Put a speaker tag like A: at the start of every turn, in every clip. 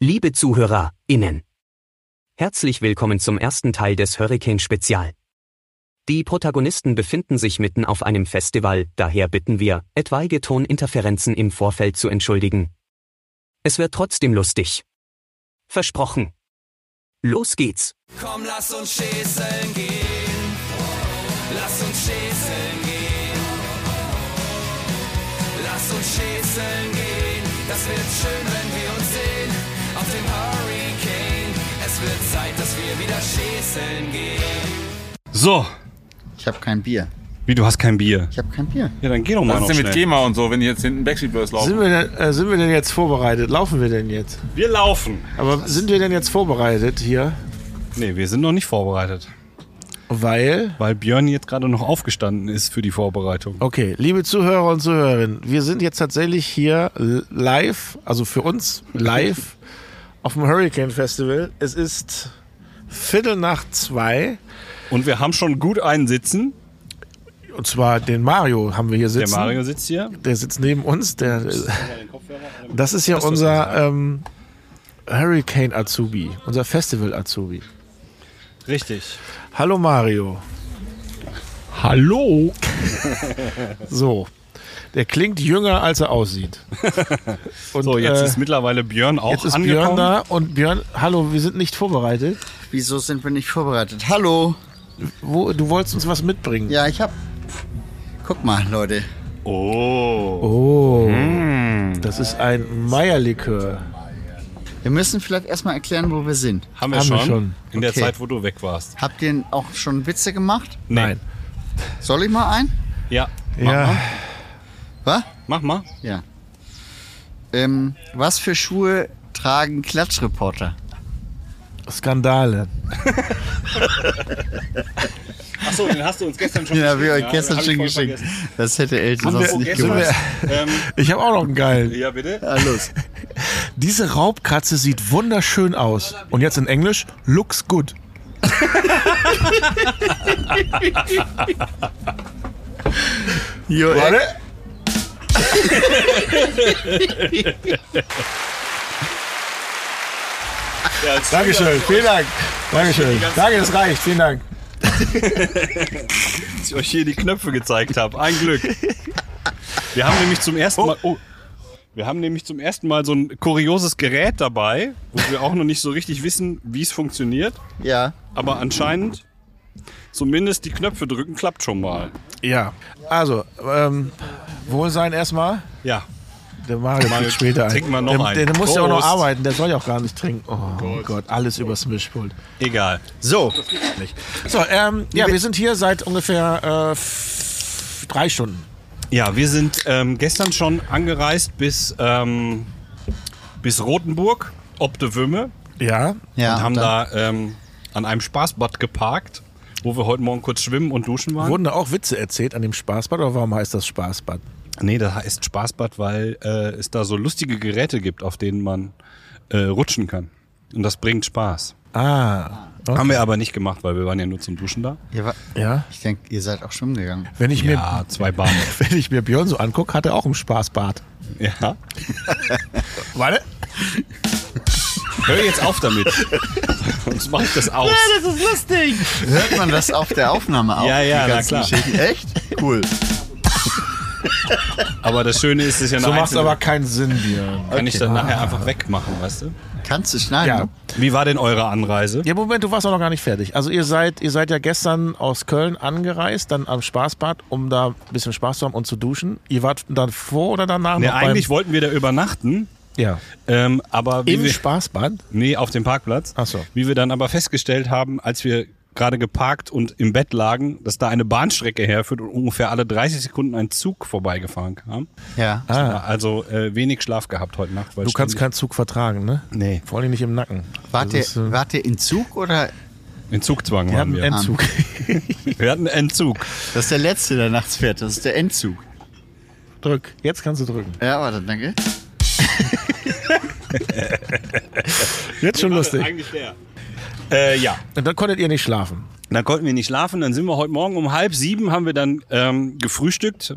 A: Liebe ZuhörerInnen, herzlich willkommen zum ersten Teil des Hurricane Spezial. Die Protagonisten befinden sich mitten auf einem Festival, daher bitten wir, etwaige Toninterferenzen im Vorfeld zu entschuldigen. Es wird trotzdem lustig. Versprochen. Los geht's.
B: Komm, lass uns schießen gehen. Lass uns schießen gehen. Lass uns schießen gehen. Das wird schön, wenn wir uns sehen. Auf dem Hurricane. Es wird Zeit, dass wir wieder schießen gehen.
C: So,
D: Ich habe kein Bier.
C: wie du hast kein Bier.
D: Ich habe kein Bier.
C: Ja, dann geh doch mal
E: Was ist
C: noch
E: denn mit
C: schnell.
E: GEMA und so, wenn die jetzt hinten Backstreet Boys laufen?
F: Sind wir, denn, äh, sind wir denn jetzt vorbereitet? Laufen wir denn jetzt?
C: Wir laufen.
F: Aber sind wir denn jetzt vorbereitet hier?
C: Nee, wir sind noch nicht vorbereitet,
F: Weil,
C: weil Björn jetzt gerade noch aufgestanden ist für die Vorbereitung.
F: okay, liebe Zuhörer und Zuhörerinnen, wir sind jetzt tatsächlich hier l- live, also für uns live auf dem Hurricane Festival. Es ist Viertel nach zwei.
C: Und wir haben schon gut einen sitzen.
F: Und zwar den Mario haben wir hier
C: Der
F: sitzen.
C: Mario sitzt hier.
F: Der sitzt neben uns. Der, äh, das ist ja unser ähm, Hurricane Azubi, unser Festival Azubi.
C: Richtig.
F: Hallo Mario.
C: Hallo.
F: So. Der klingt jünger, als er aussieht. Und,
C: So, jetzt
F: äh,
C: ist mittlerweile Björn auch
F: jetzt ist
C: angekommen.
F: Björn da und Björn, hallo, wir sind nicht vorbereitet.
D: Wieso sind wir nicht vorbereitet? Hallo.
F: Wo, du wolltest uns was mitbringen.
D: Ja, ich hab. Guck mal, Leute.
C: Oh.
F: Oh, das ist ein Meierlikör.
D: Wir müssen vielleicht erstmal erklären, wo wir sind.
C: Haben wir
F: Haben
C: schon?
F: wir schon.
C: In der
D: Okay.
C: Zeit, wo du weg warst.
D: Habt ihr auch schon Witze gemacht?
C: Nee.
F: Nein.
D: Soll ich mal ein?
C: Ja,
F: Ja,
D: Was?
C: mach mal.
D: Ja. Ähm, was für Schuhe tragen Klatschreporter?
F: Skandale.
C: Achso, den hast du uns gestern schon
D: Den habe ich euch gestern schon geschickt. Das hätte Elton sonst nicht gemacht.
F: Ich habe auch noch einen geilen.
C: Ähm, ja, bitte.
D: Ah, los.
F: Diese Raubkatze sieht wunderschön aus. Und jetzt in Englisch, looks good.
D: Jo,
F: Warte. Dankeschön, vielen Dank. Dankeschön. Danke, das reicht. Vielen Dank.
C: dass ich euch hier die Knöpfe gezeigt habe. Ein Glück. Wir haben nämlich zum ersten Mal. Oh. Wir haben nämlich zum ersten Mal so ein kurioses Gerät dabei, wo wir auch noch nicht so richtig wissen, wie es funktioniert.
D: ja.
C: Aber anscheinend, zumindest die Knöpfe drücken, klappt schon mal.
F: Ja. Also, ähm, Wohlsein erstmal.
C: Ja.
F: Der Mario
C: Mario,
F: kriegt später ein.
C: trink mal noch
F: der,
C: einen.
F: Der, der muss ja auch noch
C: Prost.
F: arbeiten, der soll ja auch gar nicht trinken. Oh, Gott. alles übers Mischpult.
C: Egal.
D: So.
F: So, ähm, ja, wir sind hier seit ungefähr äh, f- drei Stunden.
C: Ja, wir sind ähm, gestern schon angereist bis, ähm, bis Rothenburg, ob de Wümme.
F: Ja.
D: Ja,
C: und haben
D: dann-
C: da ähm, an einem Spaßbad geparkt, wo wir heute Morgen kurz schwimmen und duschen waren.
F: Wurden da auch Witze erzählt an dem Spaßbad oder warum heißt das Spaßbad?
C: Nee, das heißt Spaßbad, weil äh, es da so lustige Geräte gibt, auf denen man äh, rutschen kann. Und das bringt Spaß.
F: Ah.
C: Haben wir aber nicht gemacht, weil wir waren ja nur zum Duschen da.
D: Ihr wa-
F: Ja.
D: Ich denke, ihr seid auch schwimmen gegangen.
F: Wenn ich,
C: Ja, zwei Bahnen.
F: mir, wenn ich mir Björn so angucke, hat er auch ein Spaßbad.
C: ja.
F: Warte.
C: Hör jetzt auf damit. Sonst mach ich das aus.
D: Das ist lustig. Hört man das auf der Aufnahme auch?
C: Ja, ja,
D: die
C: na
D: ganzen
C: klar.
D: Geschichten? Echt? Cool.
C: Aber das Schöne ist, es ist ja eine
F: So macht
C: einzelne-
F: aber Ah. keinen Sinn, Björn.
C: kann ich dann nachher einfach wegmachen, weißt du?
D: Kannst du schneiden?
F: Ja.
C: Wie war denn eure Anreise?
F: Ja, Moment, du warst auch noch gar nicht fertig. Also ihr seid, ihr seid ja gestern aus Köln angereist, dann am Spaßbad, um da ein bisschen Spaß zu haben und zu duschen. Ihr wart dann vor oder danach
C: Nee,
F: noch
C: eigentlich
F: beim,
C: wollten wir da übernachten,
F: ja,
C: ähm, aber wie
F: im
C: wir-
F: Spaßbad.
C: Nee, auf dem Parkplatz.
F: Ach so.
C: Wie wir dann aber festgestellt haben, als wir gerade geparkt und im Bett lagen, dass da eine Bahnstrecke herführt und ungefähr alle 30 Sekunden ein Zug vorbeigefahren kam.
D: Ja.
C: Also äh, wenig Schlaf gehabt heute Nacht. Weil
F: Ah. Du kannst
C: ständig-
F: keinen Zug vertragen, ne?
C: Nee.
F: Vor allem nicht im Nacken.
D: Wart
F: Das
D: ihr,
F: ist, äh,
D: wart ihr in Zug oder?
C: Den Zugzwang
F: wir
C: haben
F: hatten
C: wir.
F: einen Entzug.
C: wir hatten einen Zug.
D: Das ist der letzte, der nachts fährt. Das ist der Endzug.
F: Drück. Jetzt kannst du drücken.
D: Ja, warte, danke.
F: Jetzt schon lustig.
C: Eigentlich der. Äh, ja.
F: Und dann konntet ihr nicht schlafen.
C: Dann konnten wir nicht schlafen. Dann sind wir heute Morgen um halb sieben haben wir dann ähm, gefrühstückt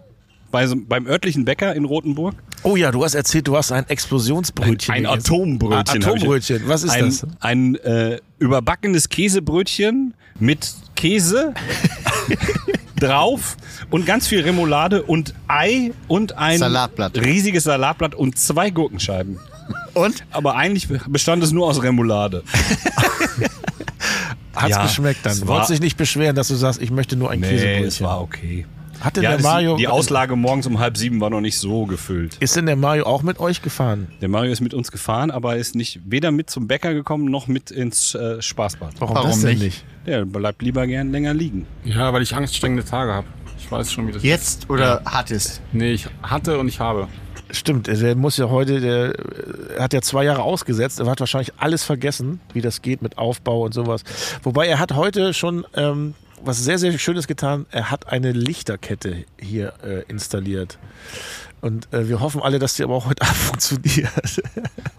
C: bei so, beim örtlichen Bäcker in Rothenburg.
F: Oh ja, du hast erzählt, du hast ein Explosionsbrötchen.
C: Ein
F: gegessen.
C: Atombrötchen.
F: Ah,
C: hab ich-
F: Atombrötchen. Was ist
C: ein,
F: das?
C: Ein äh, überbackenes Käsebrötchen mit Käse drauf und ganz viel Remoulade und Ei und ein
G: Salatblatt.
C: riesiges Salatblatt und zwei Gurkenscheiben.
G: Und?
C: Aber eigentlich bestand es nur aus Remoulade.
F: Hat's
C: Ja,
F: geschmeckt dann?
C: es
F: Du
C: war-
F: wolltest dich nicht beschweren, dass du sagst, ich möchte nur ein
C: es
F: Käsebrötchen.
C: war okay.
F: Hat denn
C: Ja,
F: der
C: das,
F: Mario.
C: die Auslage morgens um halb sieben war noch nicht so gefüllt.
F: Ist denn der Mario auch mit euch gefahren?
C: Der Mario ist mit uns gefahren, aber ist nicht weder mit zum Bäcker gekommen noch mit ins äh, Spaßbad.
G: Warum
F: das denn
G: nicht?
C: Der bleibt lieber gern länger liegen.
E: Ja, weil ich anstrengende Tage habe. Ich weiß schon, wie das
G: Jetzt oder hattest?
E: Nee, ich hatte und ich habe.
F: Stimmt, der muss ja heute, der äh, hat ja zwei Jahre ausgesetzt, er hat wahrscheinlich alles vergessen, wie das geht mit Aufbau und sowas. Wobei er hat heute schon ähm, was sehr, sehr Schönes getan. Er hat eine Lichterkette hier äh, installiert. Und äh, wir hoffen alle, dass die aber auch heute Abend funktioniert.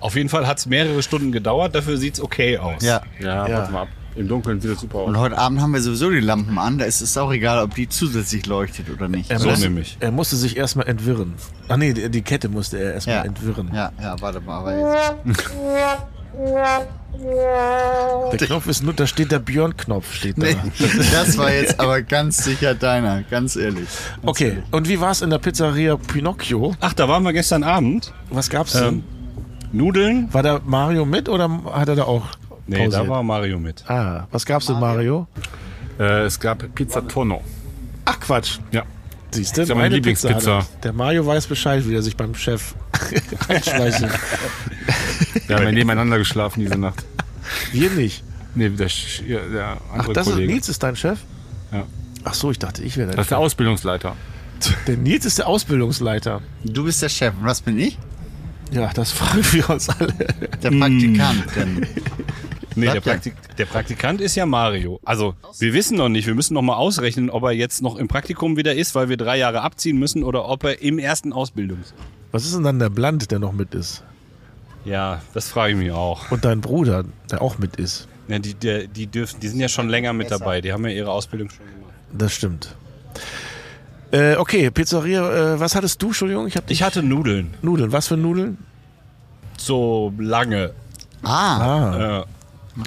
C: Auf jeden Fall hat es mehrere Stunden gedauert, dafür sieht es okay aus.
G: Ja.
E: Ja, warte mal ab. Im Dunkeln sieht das super aus.
G: Und heute Abend haben wir sowieso die Lampen an. Da ist es auch egal, ob die zusätzlich leuchtet oder nicht.
F: Er,
C: So
F: musste,
C: nämlich.
F: er musste sich erstmal entwirren. Ach nee, die, die Kette musste er erstmal
G: ja.
F: entwirren.
G: Ja, ja, warte mal. Aber jetzt.
F: Der Knopf ist nur, da steht der Björn-Knopf, steht da.
G: Nee, das war jetzt aber ganz sicher deiner, ganz ehrlich.
F: Okay, und wie war es in der Pizzeria Pinocchio?
C: Ach, da waren wir gestern Abend.
F: Was gab's denn?
C: Ähm, Nudeln?
F: War da Mario mit oder hat er da auch?
C: Nee,
F: pausiert?
C: da war Mario mit.
F: Ah, was gab's denn, Mario?
E: Äh, es gab Pizza Tonno.
F: Ach Quatsch.
E: Ja.
F: Siehst du,
E: ja meine Lieblingspizza.
F: Der Mario weiß Bescheid, wie er sich beim Chef einschleicht.
E: Wir haben ja nebeneinander geschlafen diese Nacht.
F: Wir nicht.
E: Nee, der, Sch- ja, der
F: Ach,
E: andere
F: das ist,
E: Kollege.
F: Nils ist dein Chef?
E: Ja.
F: Ach so, ich dachte, ich wäre
E: Das
F: dein
E: ist der Ausbildungsleiter.
F: Chef. Der Nils ist der Ausbildungsleiter.
G: Du bist der Chef und was bin ich?
F: Ja, das fragen wir uns alle.
G: Der
F: Mm.
G: Praktikant. Denn
C: Nee, der,
G: Bleibt ja.
C: Praktik der Praktikant ist ja Mario. Also, wir wissen noch nicht, wir müssen noch mal ausrechnen, ob er jetzt noch im Praktikum wieder ist, weil wir drei Jahre abziehen müssen, oder ob er im ersten Ausbildungs...
F: Was ist denn dann der Bland, der noch mit ist?
C: Ja, das frage ich mich auch.
F: Und dein Bruder, der auch mit ist?
C: Ja, die, der, die, dürfen, die sind ja schon länger mit dabei, die haben ja ihre Ausbildung schon gemacht.
F: Das stimmt. Äh, okay, Pizzeria, äh, was hattest du? Entschuldigung, ich habe dich.
C: Ich hatte Nudeln.
F: Nudeln. Was für Nudeln?
C: So lange.
G: ah,
F: Ah,
C: Äh,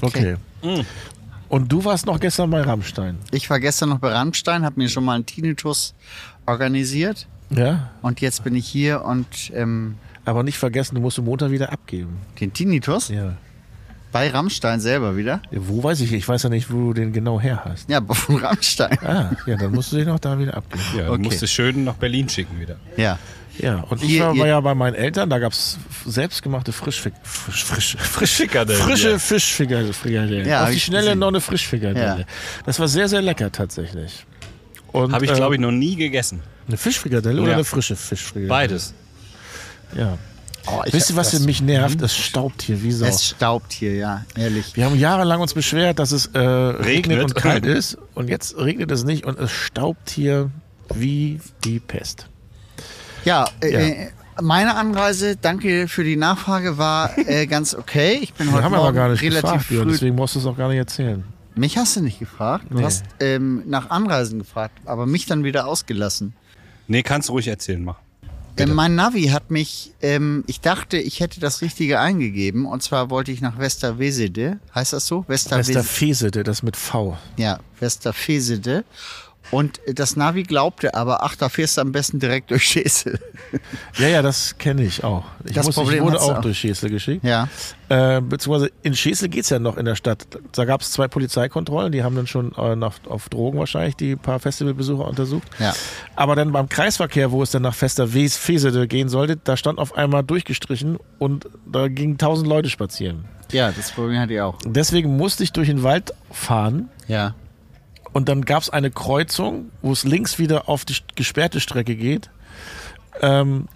F: okay.
G: okay.
F: Und du warst noch gestern bei Rammstein.
G: ich war gestern noch bei Rammstein, habe mir schon mal einen Tinnitus organisiert
F: Ja.
G: und jetzt bin ich hier und ähm,
F: Aber nicht vergessen, du musst am Montag wieder abgeben.
G: den Tinnitus
F: Ja.
G: bei Rammstein selber wieder.
F: Wo weiß ich? Ich weiß ja nicht, wo du den genau her hast.
G: Ja, aber von Rammstein.
F: Ah, ja, dann musst du den auch da wieder abgeben.
C: ja,
G: Okay.
C: musste schön nach Berlin schicken wieder.
G: Ja.
F: Ja, und ich
G: Hier,
F: war,
G: ihr-
F: war ja bei meinen Eltern, da gab es selbstgemachte Frischfick, frisch, frisch, frisch,
C: Fickerdellen,
F: frische
C: ja.
F: Fischfrikadelle. Frikadelle.
G: Ja,
F: Auf
G: hab
F: die
G: ich
F: schnelle
G: gesehen.
F: noch eine Frischfrikadelle.
G: Ja.
F: Das war sehr, sehr lecker tatsächlich. Und,
C: Habe ich, glaube ich, noch nie gegessen.
F: Eine Fischfrikadelle oder
C: Ja.
F: eine frische Fischfrikadelle?
C: Beides.
F: Ja.
G: Oh, ich
F: Wisst ihr,
G: hab
F: was
G: das-
F: mich nervt? Es staubt hier wie Sau.
G: Es staubt hier, ja, ehrlich.
F: Wir haben jahrelang uns beschwert, dass es äh, regnet.
C: Regnet.
F: und kalt ist. Und jetzt regnet es nicht und es staubt hier wie die Pest.
G: Ja, äh, äh, meine Anreise, danke für die Nachfrage, war äh, ganz okay. Ich bin
F: Wir
G: heute
F: haben
G: Morgen
F: aber gar nicht
G: relativ
F: gefragt, Björn,
G: früh
F: deswegen musst du es auch gar nicht erzählen.
G: Mich hast du nicht gefragt. Du
F: Nee.
G: hast ähm, nach Anreisen gefragt, aber mich dann wieder ausgelassen.
C: Nee, kannst du ruhig erzählen, mach.
G: Ähm, mein Navi hat mich, ähm, ich dachte, ich hätte das Richtige eingegeben. Und zwar wollte ich nach Westerwesede. Heißt das so? Westerwesede.
F: Westerfesete, das mit V.
G: ja, Westerfesede. Und äh, das Navi glaubte aber, ach, da fährst du am besten direkt durch Schesel.
F: Ja, ja, das kenne ich auch. Ich,
G: Das
F: muss, ich
G: Problem
F: wurde
G: hat's
F: auch
G: auch.
F: durch Schesel geschickt.
G: Ja.
F: Äh, beziehungsweise in Schesel geht es ja noch in der Stadt. Da gab es zwei Polizeikontrollen, die haben dann schon äh, nach, auf Drogen wahrscheinlich die paar Festivalbesucher untersucht.
G: Ja.
F: Aber dann beim Kreisverkehr, wo es dann nach Fester Wes- Fesede gehen sollte, da stand auf einmal durchgestrichen und da gingen tausend Leute spazieren.
G: Ja, das Problem hatte ich auch.
F: Und deswegen musste ich durch den Wald fahren
G: Ja.
F: und dann gab es eine Kreuzung, wo es links wieder auf die st- gesperrte Strecke geht. Ähm,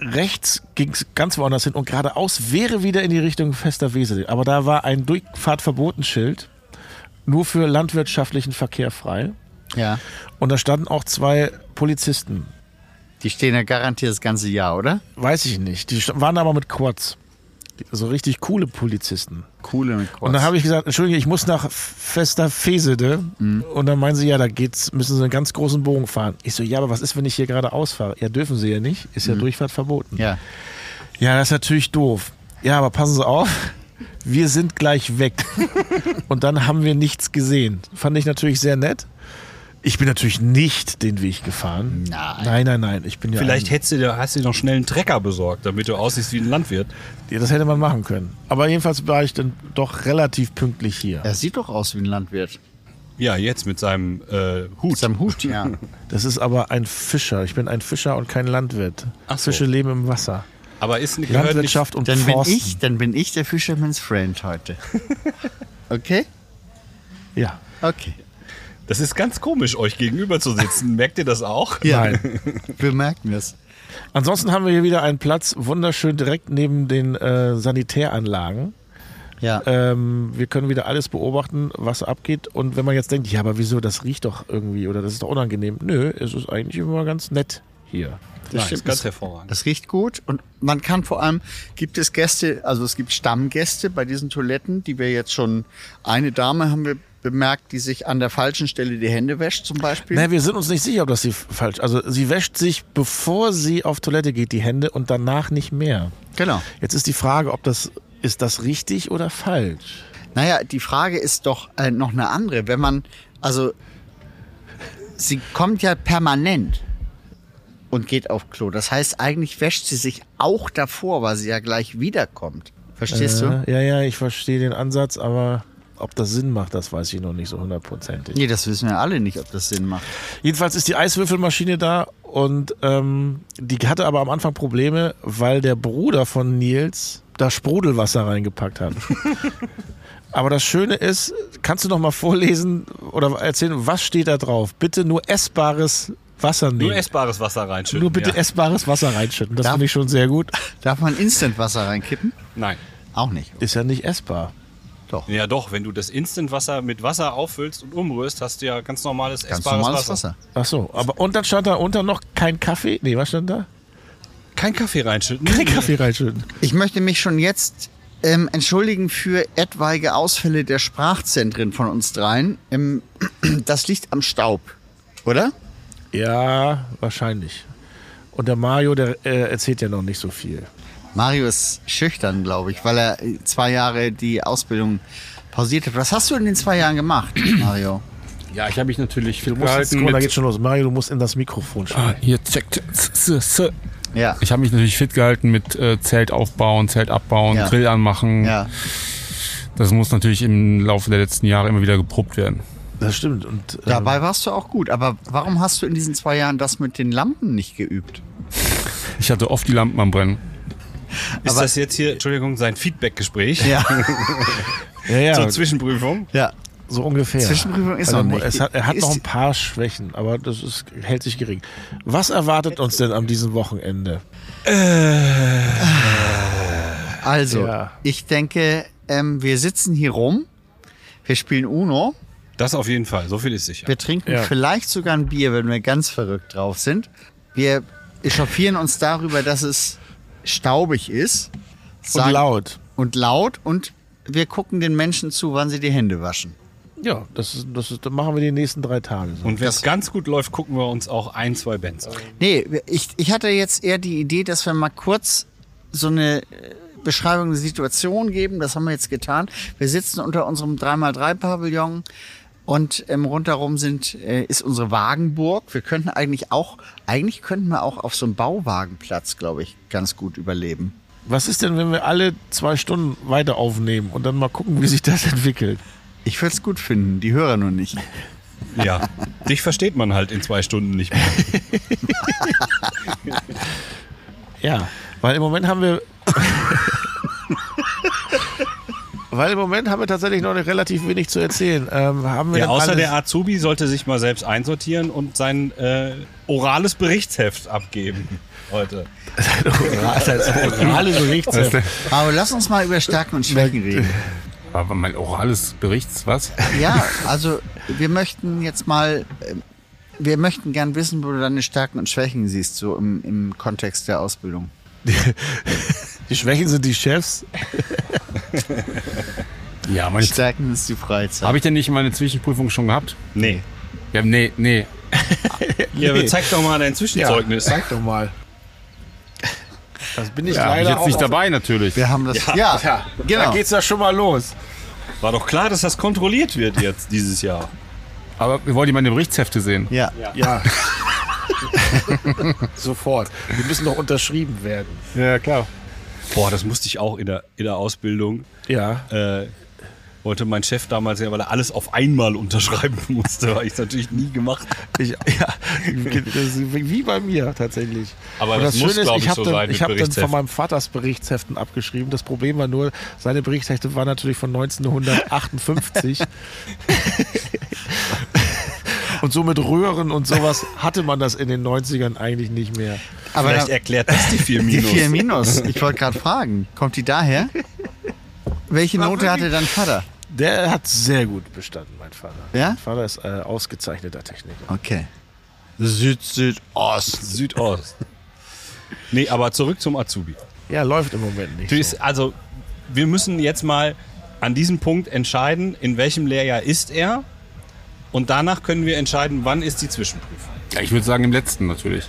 F: rechts ging es ganz woanders hin und geradeaus wäre wieder in die Richtung Fester Wesel. Aber da war ein Durchfahrtverbotenschild, nur für landwirtschaftlichen Verkehr frei.
G: Ja.
F: Und da standen auch zwei Polizisten.
G: Die stehen ja garantiert das ganze Jahr, oder?
F: Weiß ich nicht. Die st- waren aber mit Quads. So richtig coole Polizisten.
G: Coole mit Kreuz.
F: Und dann habe ich gesagt, Entschuldigung, ich muss nach Fester Fesede.
G: Mhm.
F: Und dann meinen sie, ja, da geht's, müssen sie einen ganz großen Bogen fahren. Ich so, ja, aber was ist, wenn ich hier gerade ausfahre? Ja, dürfen sie ja nicht. Ist ja Durchfahrt verboten.
G: Mhm. ja.
F: Ja, das ist natürlich doof. Ja, aber passen Sie auf, wir sind gleich weg. Und dann haben wir nichts gesehen. Fand ich natürlich sehr nett. Ich bin natürlich nicht den Weg gefahren.
G: Nein.
F: Nein, nein, nein. Ich bin ja
C: Vielleicht
F: ein,
C: hättest du dir, hast du dir noch schnell einen Trecker besorgt, damit du aussiehst wie ein Landwirt.
F: ja, das hätte man machen können. Aber jedenfalls war ich dann doch relativ pünktlich hier.
G: Er sieht doch aus wie ein Landwirt.
C: Ja, jetzt mit seinem äh,
G: Mit
C: Hut.
G: seinem Hut, ja.
F: Das ist aber ein Fischer. Ich bin ein Fischer und kein Landwirt.
C: Ach so.
F: Fische leben im Wasser.
C: Aber ist eine gehört nicht,
F: Landwirtschaft und
G: Dann bin
F: Forsten.
G: ich, dann bin ich der Fisherman's Friend heute. Okay?
F: Ja.
G: Okay.
C: Das ist ganz komisch, euch gegenüber zu sitzen. Merkt ihr das auch?
G: Ja,
F: Nein.
G: wir merken es.
F: Ansonsten haben wir hier wieder einen Platz, wunderschön direkt neben den äh, Sanitäranlagen.
G: Ja.
F: Ähm, wir können wieder alles beobachten, was abgeht. Und wenn man jetzt denkt, ja, aber wieso, das riecht doch irgendwie oder das ist doch unangenehm. Nö, es ist eigentlich immer ganz nett hier.
C: Das stimmt ganz hervorragend.
G: Das riecht gut und man kann vor allem, gibt es Gäste, also es gibt Stammgäste bei diesen Toiletten, die wir jetzt schon, eine Dame haben wir bemerkt, die sich an der falschen Stelle die Hände wäscht zum Beispiel.
F: Na, wir sind uns nicht sicher, ob das sie falsch. Also sie wäscht sich, bevor sie auf Toilette geht, die Hände und danach nicht mehr.
G: genau.
F: Jetzt ist die Frage, ob das ist das richtig oder falsch.
G: Naja, die Frage ist doch äh, noch eine andere. Wenn man, also, sie kommt ja permanent und geht auf Klo. Das heißt, eigentlich wäscht sie sich auch davor, weil sie ja gleich wiederkommt. Verstehst du?
F: Äh, ja, ja, ich verstehe den Ansatz, aber ob das Sinn macht, das weiß ich noch nicht so hundertprozentig.
G: Nee, das wissen wir alle nicht, ob das Sinn macht.
F: Jedenfalls ist die Eiswürfelmaschine da und ähm, die hatte aber am Anfang Probleme, weil der Bruder von Nils da Sprudelwasser reingepackt hat. aber das Schöne ist, kannst du noch mal vorlesen oder erzählen, was steht da drauf? Bitte nur essbares Wasser nehmen.
C: Nur essbares Wasser reinschütten.
F: Nur bitte
C: ja.
F: essbares Wasser reinschütten. Das
G: Darf-
F: finde ich schon sehr gut.
G: Darf man Instant-Wasser reinkippen?
C: Nein.
G: Auch nicht.
F: Ist ja nicht essbar.
C: Ja doch, wenn du das Instant-Wasser mit Wasser auffüllst und umrührst, hast du ja ganz normales
G: Ganz
C: essbares
G: normales
C: Wasser.
G: Wasser.
F: Ach so, aber und dann stand da unter noch kein Kaffee. Nee, was stand da?
C: Kein Kaffee reinschütten.
F: Kein Kaffee reinschütten.
G: Ich möchte mich schon jetzt ähm, entschuldigen für etwaige Ausfälle der Sprachzentren von uns dreien. Ähm, das liegt am Staub, oder?
F: Ja, wahrscheinlich. Und der Mario, der äh, erzählt ja noch nicht so viel.
G: Mario ist schüchtern, glaube ich, weil er äh, zwei Jahre die Ausbildung pausiert hat. Was hast du in den zwei Jahren gemacht, Mario?
E: Ja, ich habe mich natürlich fit
F: Muss jetzt,
E: gehalten.
F: guck mal, da
E: mit-
F: geht's schon los. Mario, du musst in das Mikrofon
E: Ah,
F: schauen.
E: hier checkt. S- s- s-
G: Ja.
E: Ich habe mich natürlich fit gehalten mit äh, Zelt aufbauen, Zelt abbauen,
G: Ja.
E: Grill anmachen.
G: Ja.
E: Das muss natürlich im Laufe der letzten Jahre immer wieder geprobt werden.
F: Das stimmt. Und, äh,
G: Dabei warst du auch gut, aber warum hast du in diesen zwei Jahren das mit den Lampen nicht geübt?
E: Ich hatte oft die Lampen am Brennen.
C: Ist
G: Aber-
C: das jetzt hier, Entschuldigung, sein Feedback-Gespräch
G: Ja,
F: ja, ja,
C: zur Zwischenprüfung?
G: ja.
F: so ungefähr.
G: Zwischenprüfung ist
F: also,
G: noch nicht.
F: Es hat, er hat
G: Ist
F: noch
G: die-
F: ein paar Schwächen, aber das ist, hält sich gering. Was erwartet uns denn am diesem Wochenende?
G: Also,
F: Ja.
G: ich denke, ähm, wir sitzen hier rum, wir spielen Uno,
C: Das auf jeden Fall, so viel ist sicher.
G: wir trinken
F: Ja.
G: vielleicht sogar ein Bier, wenn wir ganz verrückt drauf sind. Wir echauffieren uns darüber, dass es staubig ist.
F: Und
G: sagen-
F: laut.
G: Und laut und wir gucken den Menschen zu, wann sie die Hände waschen.
F: Ja, das, ist, das, ist, das machen wir die nächsten drei Tage. So.
C: Und wenn es ganz gut läuft, gucken wir uns auch ein, zwei Bands an.
G: Nee, ich, ich hatte jetzt eher die Idee, dass wir mal kurz so eine äh, Beschreibung der Situation geben. Das haben wir jetzt getan. Wir sitzen unter unserem 3x3-Pavillon und ähm, rundherum sind, äh, ist unsere Wagenburg. Wir könnten eigentlich auch, eigentlich könnten wir auch auf so einem Bauwagenplatz, glaube ich, ganz gut überleben.
F: Was ist denn, wenn wir alle zwei Stunden weiter aufnehmen und dann mal gucken, wie sich das entwickelt?
G: Ich würde es gut finden, die Hörer nur nicht.
C: Ja, dich versteht man halt in zwei Stunden nicht mehr.
F: Ja, weil im Moment haben wir. weil im Moment haben wir tatsächlich noch relativ wenig zu erzählen. Ähm, haben wir
C: Ja,
F: denn
C: außer
F: alles-
C: der Azubi sollte sich mal selbst einsortieren und sein äh, orales Berichtsheft abgeben heute.
F: Alles riecht
E: Das ist der-
G: Aber lass uns mal über Stärken und Schwächen reden.
E: Aber mein orales Berichts, was?
G: Ja, also wir möchten jetzt mal, äh,
D: ähm,
G: wir möchten gern wissen, wo du deine Stärken und Schwächen siehst, so im, im Kontext der Ausbildung.
F: Die Schwächen sind die Chefs.
E: Ja, meine
D: Stärken ist die Freizeit.
E: Habe ich denn nicht meine Zwischenprüfung schon gehabt?
C: Nee.
E: Ja, nee, nee.
C: Ja, aber zeig doch mal dein Zwischenzeugnis.
F: Zeig doch mal. Das bin ich
E: Ja, bin ich
F: leider
E: jetzt
F: auch
E: nicht
F: auf-
E: dabei natürlich.
D: Wir haben das. Ja,
F: Ja,
D: genau.
F: da geht's ja schon mal los.
C: War doch klar, dass das kontrolliert wird jetzt dieses Jahr.
E: Aber wir wollen die meine Berichtshefte sehen.
D: ja.
F: Ja. Sofort. Die müssen noch unterschrieben werden.
E: Ja, klar.
C: Boah, das musste ich auch in der, in der Ausbildung.
F: Ja.
C: Äh, wollte mein Chef damals ja, weil er alles auf einmal unterschreiben musste, weil ich es natürlich nie gemacht habe.
F: Ich, ja, das ist wie bei mir tatsächlich.
C: Aber
F: Und
C: das muss, glaub ich,
F: ich
C: so
F: habe
C: sein
F: dann,
C: mit
F: ich hab dann
C: Berichtsheften.
F: von meinem Vaters Berichtsheften abgeschrieben. Das Problem war nur, seine Berichtshefte waren natürlich von 1958. und so mit Röhren und sowas hatte man das in den 90ern eigentlich nicht mehr.
D: Aber
C: Vielleicht
D: da-
C: erklärt das die 4
D: die
C: Minus.
D: 4 Minus, ich wollte gerade fragen, kommt die daher? Welche Note hatte dein Vater?
F: Der hat sehr gut bestanden, mein Vater.
D: Ja?
F: Mein Vater ist äh, ausgezeichneter Techniker.
D: Okay.
C: Südost. Nee, aber zurück zum Azubi.
F: Ja, läuft im Moment nicht.
C: Du
F: so.
C: ist, also, wir müssen jetzt mal an diesem Punkt entscheiden, in welchem Lehrjahr ist er. Und danach können wir entscheiden, wann ist die Zwischenprüfung.
E: Ja, ich würde sagen im letzten natürlich.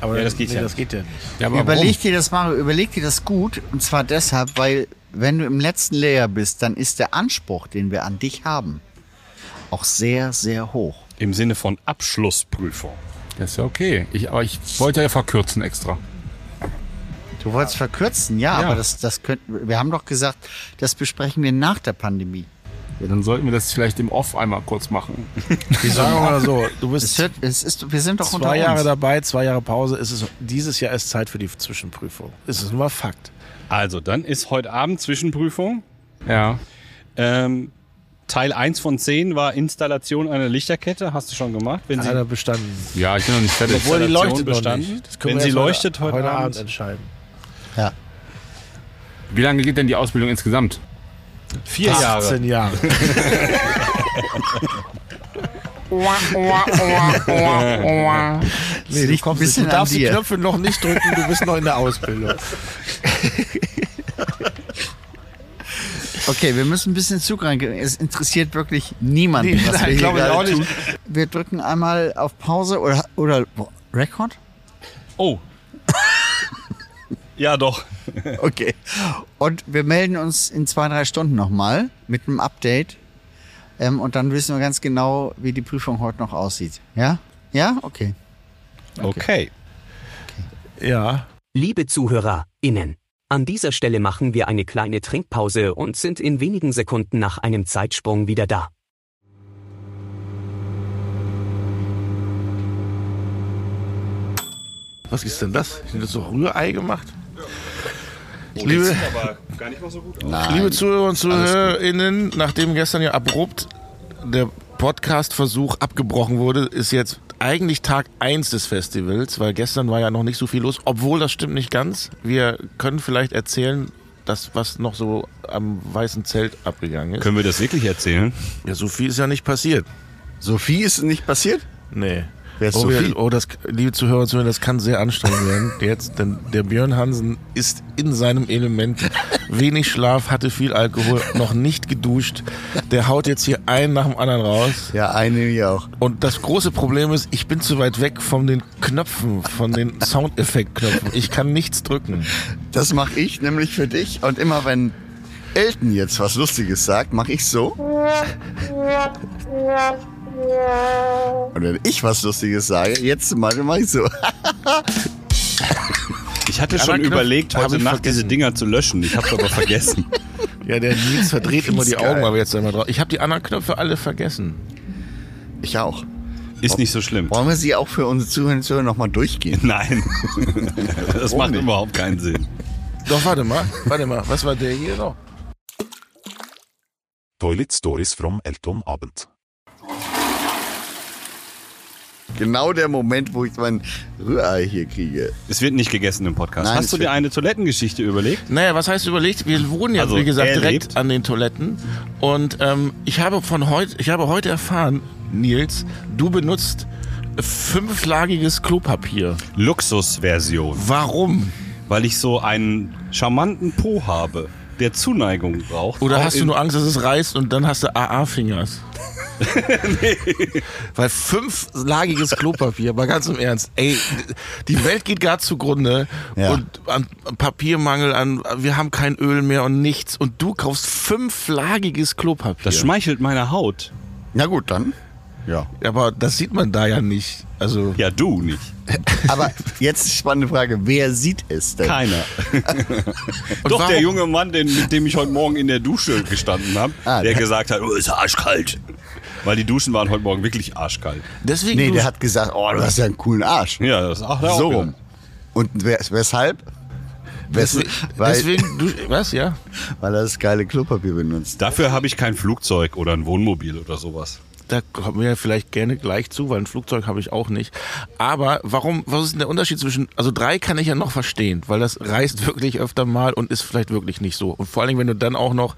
F: Aber
C: Ja, das geht ja
F: das
C: nicht.
F: geht ja nicht.
E: Ja, aber
D: überleg dir das, Mario, überleg dir das gut. Und zwar deshalb, weil wenn du im letzten Layer bist, dann ist der Anspruch, den wir an dich haben, auch sehr, sehr hoch.
C: Im Sinne von Abschlussprüfung.
E: warum? Das ist ja okay. Ich, aber ich wollte ja verkürzen extra.
D: Du wolltest verkürzen, ja,
E: Ja.
D: aber das, das könnten wir- wir haben doch gesagt, das besprechen wir nach der Pandemie.
E: Ja, dann sollten wir das vielleicht im Off einmal kurz machen.
F: Ich sage mal so, du bist
D: Es hört, es ist, wir sind doch unter
F: zwei Jahre
D: uns.
F: dabei, zwei Jahre Pause. Es ist, dieses Jahr ist Zeit für die Zwischenprüfung. Es ist nur mal Fakt.
C: Also, dann ist heute Abend Zwischenprüfung.
E: Ja.
C: Ähm, Teil 1 von 10 war Installation einer Lichterkette. Hast du schon gemacht? Wenn
F: Hat
C: sie,
F: er bestanden.
E: Ja, ich bin noch nicht fertig.
C: Obwohl- die
F: Installation
C: leuchtet noch
F: bestanden.
C: nicht.
F: Das können
C: Wenn
F: wir
C: sie
F: erst heute-
C: leuchtet heute
F: heute Abend.
C: Abend.
F: entscheiden.
D: Ja.
E: Wie lange geht denn die Ausbildung insgesamt?
C: vier Jahre.
F: 18 Jahre. nee, du,
D: liegt ein
F: kommst,
D: bisschen
F: du darfst
D: an
F: die
D: dir.
F: Knöpfe noch nicht drücken, du bist noch in der Ausbildung.
D: Okay, wir müssen ein bisschen Zug reingehen. Es interessiert wirklich niemanden,
F: Nee,
D: was
F: nein,
D: wir hier
F: glaube ich
D: gerade
F: auch nicht.
D: tun. Wir drücken einmal auf Pause oder, oder boah, Rekord?
C: Oh. ja, doch.
D: Okay. Und wir melden uns in zwei, drei Stunden nochmal mit einem Update. Ähm, und dann wissen wir ganz genau, wie die Prüfung heute noch aussieht. Ja? Ja? Okay.
C: Okay.
F: Ja.
A: Liebe ZuhörerInnen, an dieser Stelle machen wir eine kleine Trinkpause und sind in wenigen Sekunden nach einem Zeitsprung wieder da.
F: Was ist denn das? Sind das so Rührei gemacht?
C: Oh,
F: Liebe-
C: das sieht aber gar nicht mal so gut aus.
F: Liebe Zuhörer und Zuhörerinnen, nachdem gestern ja abrupt der Podcast-Versuch abgebrochen wurde, ist jetzt eigentlich Tag 1 des Festivals, weil gestern war ja noch nicht so viel los, obwohl das stimmt nicht ganz. Wir können vielleicht erzählen, das, was noch so am weißen Zelt abgegangen ist.
C: Können wir das wirklich erzählen?
F: Ja, so viel ist ja nicht passiert.
G: Sophie ist nicht passiert?
F: Nee.
G: Wer ist
F: oh,
G: Sophie?
F: wir, oh, das, liebe Zuhörer und Zuhörer, das kann sehr anstrengend werden. Jetzt, denn der Björn Hansen ist in seinem Element. Wenig Schlaf, hatte viel Alkohol, noch nicht geduscht. Der haut jetzt hier einen nach dem anderen raus.
G: Ja, eine ich auch.
F: Und das große Problem ist, ich bin zu weit weg von den Knöpfen, von den Soundeffektknöpfen. Ich kann nichts drücken.
G: Das mache ich nämlich für dich. Und immer wenn Elton jetzt was Lustiges sagt, mache ich so. Und wenn ich was Lustiges sage, jetzt zum Beispiel mache ich so.
C: Ich hatte schon
F: anderen Knöpfe
C: überlegt,
F: hab
C: heute
F: ich
C: Nacht diese
F: vergessen.
C: Dinger zu löschen. Ich hab's aber vergessen.
F: Ja, der Nils verdreht immer die
G: Find's geil.
F: Augen, aber jetzt einmal drauf. Ich habe die anderen Knöpfe alle vergessen.
G: Ich auch.
C: Ist nicht so schlimm.
G: Wollen wir sie auch für unsere Zuhörer und Zuhörer nochmal durchgehen?
C: Nein. Das macht überhaupt keinen Sinn.
F: Doch, warte mal, warte mal. Was war der hier noch?
H: Toilet Stories from Elton Abend.
G: Genau der Moment, wo ich mein Rührei hier kriege.
C: Es wird nicht gegessen im Podcast.
G: Nein,
C: Hast
G: es
C: du dir
G: wird-
C: eine Toilettengeschichte überlegt?
F: Naja, was heißt überlegt? Wir wohnen ja,
C: Also,
F: wie gesagt,
C: er
F: direkt
C: lebt.
F: an den Toiletten. Und ähm, ich habe von heute, ich habe heute erfahren, Nils, du benutzt fünflagiges Klopapier.
C: Luxusversion.
F: Warum?
C: weil ich so einen charmanten Po habe, der Zuneigung braucht.
F: Oder
C: Auch
F: hast du
C: in-
F: nur Angst, dass es reißt und dann hast du AA-Fingers? Weil fünflagiges Klopapier, aber ganz im Ernst, ey, die Welt geht gar zugrunde
G: Ja.
F: und an Papiermangel, an wir haben kein Öl mehr und nichts und du kaufst fünflagiges Klopapier.
C: Das schmeichelt meiner Haut.
G: Na gut, dann. Ja.
F: aber das sieht man da ja nicht. Also
C: Ja, du nicht.
G: Aber jetzt die spannende Frage, wer sieht es denn?
C: Keiner.
F: und
C: Doch
F: warum-
C: der junge Mann, den, mit dem ich heute Morgen in der Dusche gestanden habe,
G: Ah,
C: der
G: der-
C: gesagt hat, oh, ist arschkalt. Weil die Duschen waren heute Morgen wirklich arschkalt.
F: Deswegen
G: Nee,
F: du-
G: der hat gesagt, oh, du hast ja einen coolen Arsch.
C: Ja, das ach, ja, auch
G: so
C: wieder.
G: rum. Und wes- weshalb? Wes
F: deswegen,
G: weil,
F: deswegen du, was ja?
G: weil er das geile Klopapier benutzt.
C: Dafür habe ich kein Flugzeug oder ein Wohnmobil oder sowas.
F: Da kommen wir ja vielleicht gerne gleich zu, weil ein Flugzeug habe ich auch nicht. Aber warum, was ist denn der Unterschied zwischen, also drei kann ich ja noch verstehen, weil das reißt wirklich öfter mal und ist vielleicht wirklich nicht so. Und vor allen Dingen, wenn du dann auch noch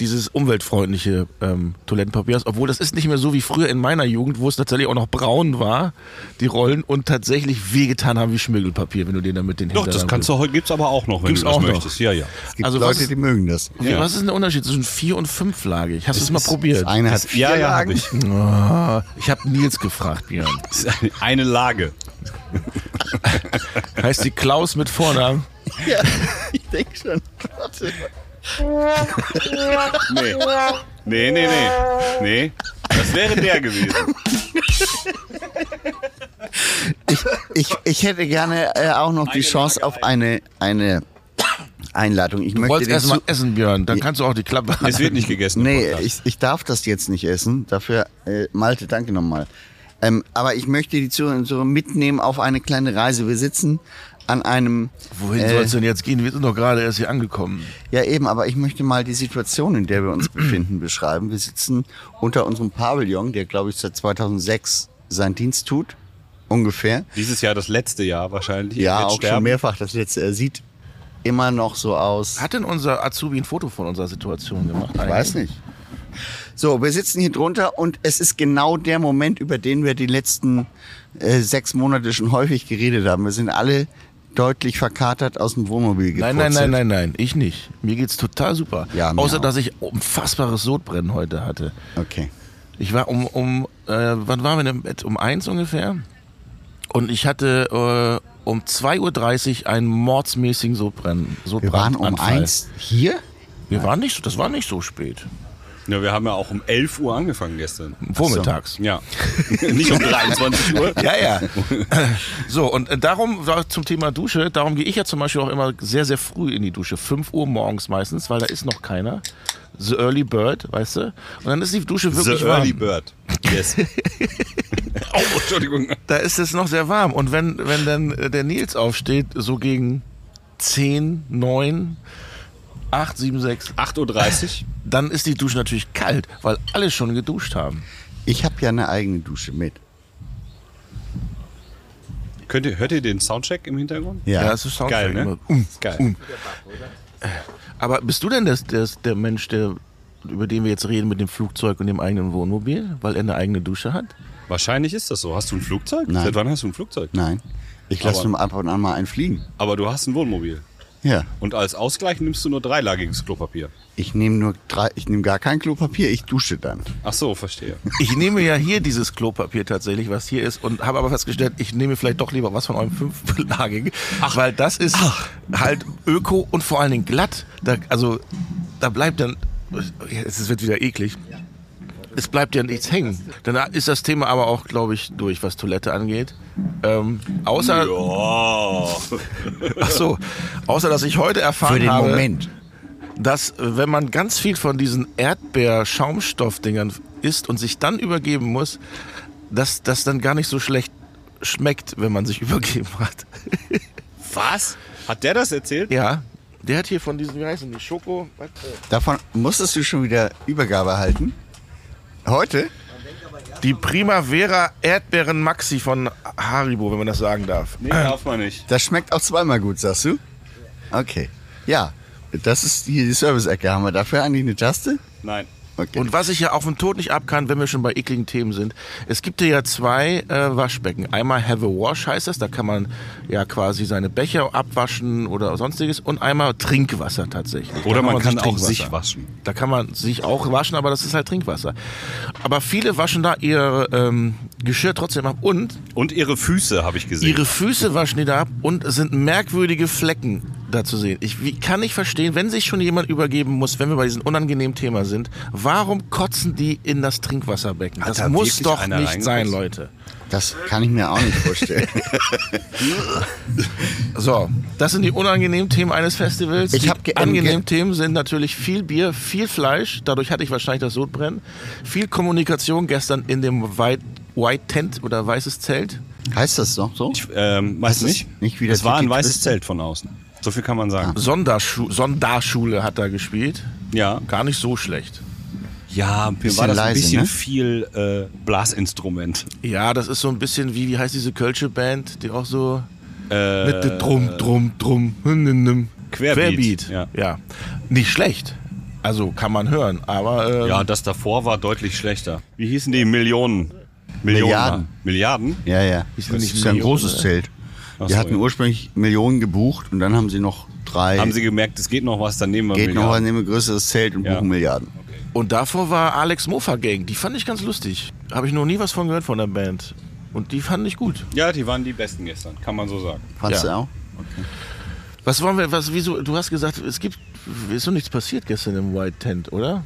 F: dieses umweltfreundliche ähm, Toilettenpapier hast, obwohl das ist nicht mehr so wie früher in meiner Jugend, wo es tatsächlich auch noch braun war, die Rollen, und tatsächlich wehgetan haben wie Schmirgelpapier, wenn du dir damit den
C: Doch, das kannst du heute, gibt's aber auch noch, wenn
F: Gibt's
C: du das
F: auch noch.
C: möchtest. Ja, ja.
G: Es gibt
F: also was
G: Leute,
F: ist-
G: die mögen das.
F: Wie,
C: Ja.
F: Was ist denn der Unterschied zwischen vier- und fünflagig? Hast du es mal
G: Das
F: probiert?
G: eine hat vier
C: Ja, ja, habe
G: Lagen.
C: ich.
F: Ah, ich habe Nils gefragt, Björn.
C: Das ist eine- Eine Lage.
F: Heißt die Klaus mit Vornamen?
G: Ja, ich denke schon. Warte.
C: Nee. Nee, nee, nee. Nee. Das wäre der gewesen.
G: Ich, ich hätte gerne äh, auch noch die Chance auf eine, eine Einladung. Ich
F: Du
G: möchte
F: wolltest
G: den
F: erstmal
G: Zu-
F: essen, Björn. Dann kannst du auch die Klappe
C: Es wird nicht gegessen. im
G: Nee,
C: Podcast.
G: ich, ich darf das jetzt nicht essen. Dafür, äh, Malte, danke nochmal. Ähm, aber ich möchte die Zuhörer und Zuhörer mitnehmen auf eine kleine Reise. Wir sitzen an einem.
F: Wohin
G: äh,
F: sollst du denn jetzt gehen? Wir sind doch gerade erst hier angekommen.
G: Ja, eben, aber ich möchte mal die Situation, in der wir uns befinden, beschreiben. Wir sitzen unter unserem Pavillon, der, glaube ich, seit 2006 seinen Dienst tut. Ungefähr.
C: Dieses Jahr das letzte Jahr wahrscheinlich.
G: Ja,
C: Jetzt
G: auch
C: sterben.
G: schon mehrfach. Das letzte, er sieht immer noch so aus.
F: Hat denn unser Azubi ein Foto von unserer Situation gemacht?
G: Ich weiß nicht. So, wir sitzen hier drunter und es ist genau der Moment, über den wir die letzten äh, sechs Monate schon häufig geredet haben. Wir sind alle deutlich verkatert aus dem Wohnmobil
F: Nein,
G: gepurzelt.
F: nein, nein, nein, nein. Ich nicht. Mir geht's total super.
G: Ja, mir
F: Außer,
G: auch.
F: dass ich unfassbares Sodbrennen heute hatte.
G: Okay.
F: Ich war um, um äh, wann waren wir denn im Bett? Um eins ungefähr. Und ich hatte äh, um 2.30 Uhr einen mordsmäßigen Sodbrennen.
G: Wir waren um eins hier?
F: Wir waren nicht so, das war nicht so spät.
C: Ja, wir haben ja auch um 11 Uhr angefangen gestern.
F: Vormittags.
C: Ja. Nicht um 23 Uhr.
F: Ja, ja. So, und äh, darum war zum Thema Dusche, darum gehe ich ja zum Beispiel auch immer sehr, sehr früh in die Dusche. 5 Uhr morgens meistens, weil da ist noch keiner. The Early Bird, weißt du? Und dann ist die Dusche
C: The
F: wirklich
C: Early
F: warm.
C: Bird. Yes. oh, Entschuldigung.
F: Da ist es noch sehr warm. Und wenn, wenn dann äh, der Nils aufsteht, so gegen 10, 9, 8, 7, 6,
C: 8.30 Uhr.
F: dann ist die Dusche natürlich kalt, weil alle schon geduscht haben.
G: Ich habe ja eine eigene Dusche mit.
C: Könnt ihr, hört ihr den Soundcheck im Hintergrund?
G: Ja.
F: das ist
C: Geil,
F: Soundcheck
C: ne?
F: immer. Um,
C: Ist geil.
F: um. Aber bist du denn das, das, der Mensch, der, über den wir jetzt reden, mit dem Flugzeug und dem eigenen Wohnmobil, weil er eine eigene Dusche hat?
C: Wahrscheinlich ist das so. Hast du ein Flugzeug?
G: Nein.
C: Seit wann hast du ein Flugzeug?
G: Nein. Ich
C: Aber-
G: lasse nur ab und an mal einen fliegen.
C: Aber du hast ein Wohnmobil.
G: Ja.
C: Und als Ausgleich nimmst du nur dreilagiges Klopapier.
G: Ich nehme nur drei, ich nehme gar kein Klopapier, ich dusche dann.
C: Ach so, verstehe.
F: Ich nehme ja hier dieses Klopapier tatsächlich, was hier ist, und habe aber festgestellt, ich nehme vielleicht doch lieber was von eurem fünflagigen, weil das ist halt öko und vor allen Dingen glatt. Da, also da bleibt dann, es wird wieder eklig. Es bleibt ja nichts hängen. Dann ist das Thema aber auch, glaube ich, durch, was Toilette angeht. Ähm, außer,
C: Oh.
F: Ach so, außer dass ich heute erfahren
G: Für den
F: habe,
G: Moment.
F: dass äh, wenn man ganz viel von diesen Erdbeer-Schaumstoffdingern isst und sich dann übergeben muss, dass das dann gar nicht so schlecht schmeckt, wenn man sich übergeben hat.
C: Was? Hat der das erzählt?
F: Ja, der hat hier von diesen, wie heißen die, Schoko... was?
G: Davon musstest du schon wieder Übergabe halten. Heute?
F: Die Primavera Erdbeeren Maxi von Haribo, wenn man das sagen darf.
C: Nee, darf man nicht.
G: Das schmeckt auch zweimal gut, sagst du? Okay. Ja, das ist hier die Service-Ecke. Haben wir dafür eigentlich eine Taste?
C: Nein.
G: Okay.
F: Und was ich ja auch vom Tod nicht abkann, wenn wir schon bei ekligen Themen sind, es gibt ja zwei äh, Waschbecken. Einmal Have a Wash heißt das, da kann man ja quasi seine Becher abwaschen oder sonstiges. Und einmal Trinkwasser tatsächlich. Da
C: Oder man kann auch
F: Trinkwasser-
C: sich waschen.
F: Da kann man sich auch waschen, aber das ist halt Trinkwasser. Aber viele waschen da ihr ähm, Geschirr trotzdem ab und
C: Und ihre Füße habe ich gesehen.
F: ihre Füße waschen die da ab und es sind merkwürdige Flecken da zu sehen. Ich wie, kann nicht verstehen, wenn sich schon jemand übergeben muss, wenn wir bei diesem unangenehmen Thema sind, warum kotzen die in das Trinkwasserbecken?
C: Hat
F: Das
C: da
F: muss
C: wirklich
F: doch
C: einer
F: nicht
C: reingekotzt?
F: sein, Leute.
G: Das kann ich mir auch nicht vorstellen.
F: So, das sind die unangenehmen Themen eines Festivals.
G: Ich
F: die
G: hab ge- ähm,
F: angenehmen
G: ge-
F: Themen sind natürlich viel Bier, viel Fleisch. Dadurch hatte ich wahrscheinlich das Sodbrennen. Viel Kommunikation gestern in dem White, White Tent oder weißes Zelt.
G: heißt das noch so?
C: ähm, weiß
G: Das ist
C: nicht.
G: nicht wie der
C: es war ein
G: Tiki-Twist.
C: weißes Zelt von außen. So viel kann man sagen.
F: Sonderschu Sonderschule hat da gespielt.
C: Ja.
F: Gar nicht so schlecht.
C: Ja, mir war das ein
G: leise,
C: bisschen
G: ne?
C: viel äh, Blasinstrument.
F: Ja, das ist so ein bisschen wie, wie heißt diese Kölsche Band, die auch so mit dem Drum, Drum, Drum, hm, hm, hm.
C: Äh, Querbeat,
F: Querbeat.
C: ja.
F: Nicht schlecht. Also kann man hören, aber ähm,
C: Ja, das davor war deutlich schlechter. Wie hießen die? Millionen. Millionen.
G: Milliarden.
C: Milliarden?
G: Ja, ja.
F: Ich will
G: das
F: nicht
G: ist ja ein
F: Millionen, äh,
G: großes
F: ey.
G: Zelt.
C: Ach
G: Die
C: so,
G: hatten
C: ja.
G: ursprünglich Millionen gebucht und dann haben sie noch drei.
C: Haben sie gemerkt, es geht noch was, dann nehmen wir
G: geht noch,
C: Milliarden.
G: nehmen ein größeres Zelt und
C: Ja.
G: buchen Milliarden.
F: Und davor war Alex Mofa Gang. Die fand ich ganz lustig. Habe ich noch nie was von gehört von der Band. Und die fand ich gut.
C: Ja, die waren die besten gestern, kann man so sagen.
G: Fandst
F: Ja.
G: du auch?
F: Was wollen wir, was, wieso, du hast gesagt, es gibt, ist doch nichts passiert gestern im White Tent, oder?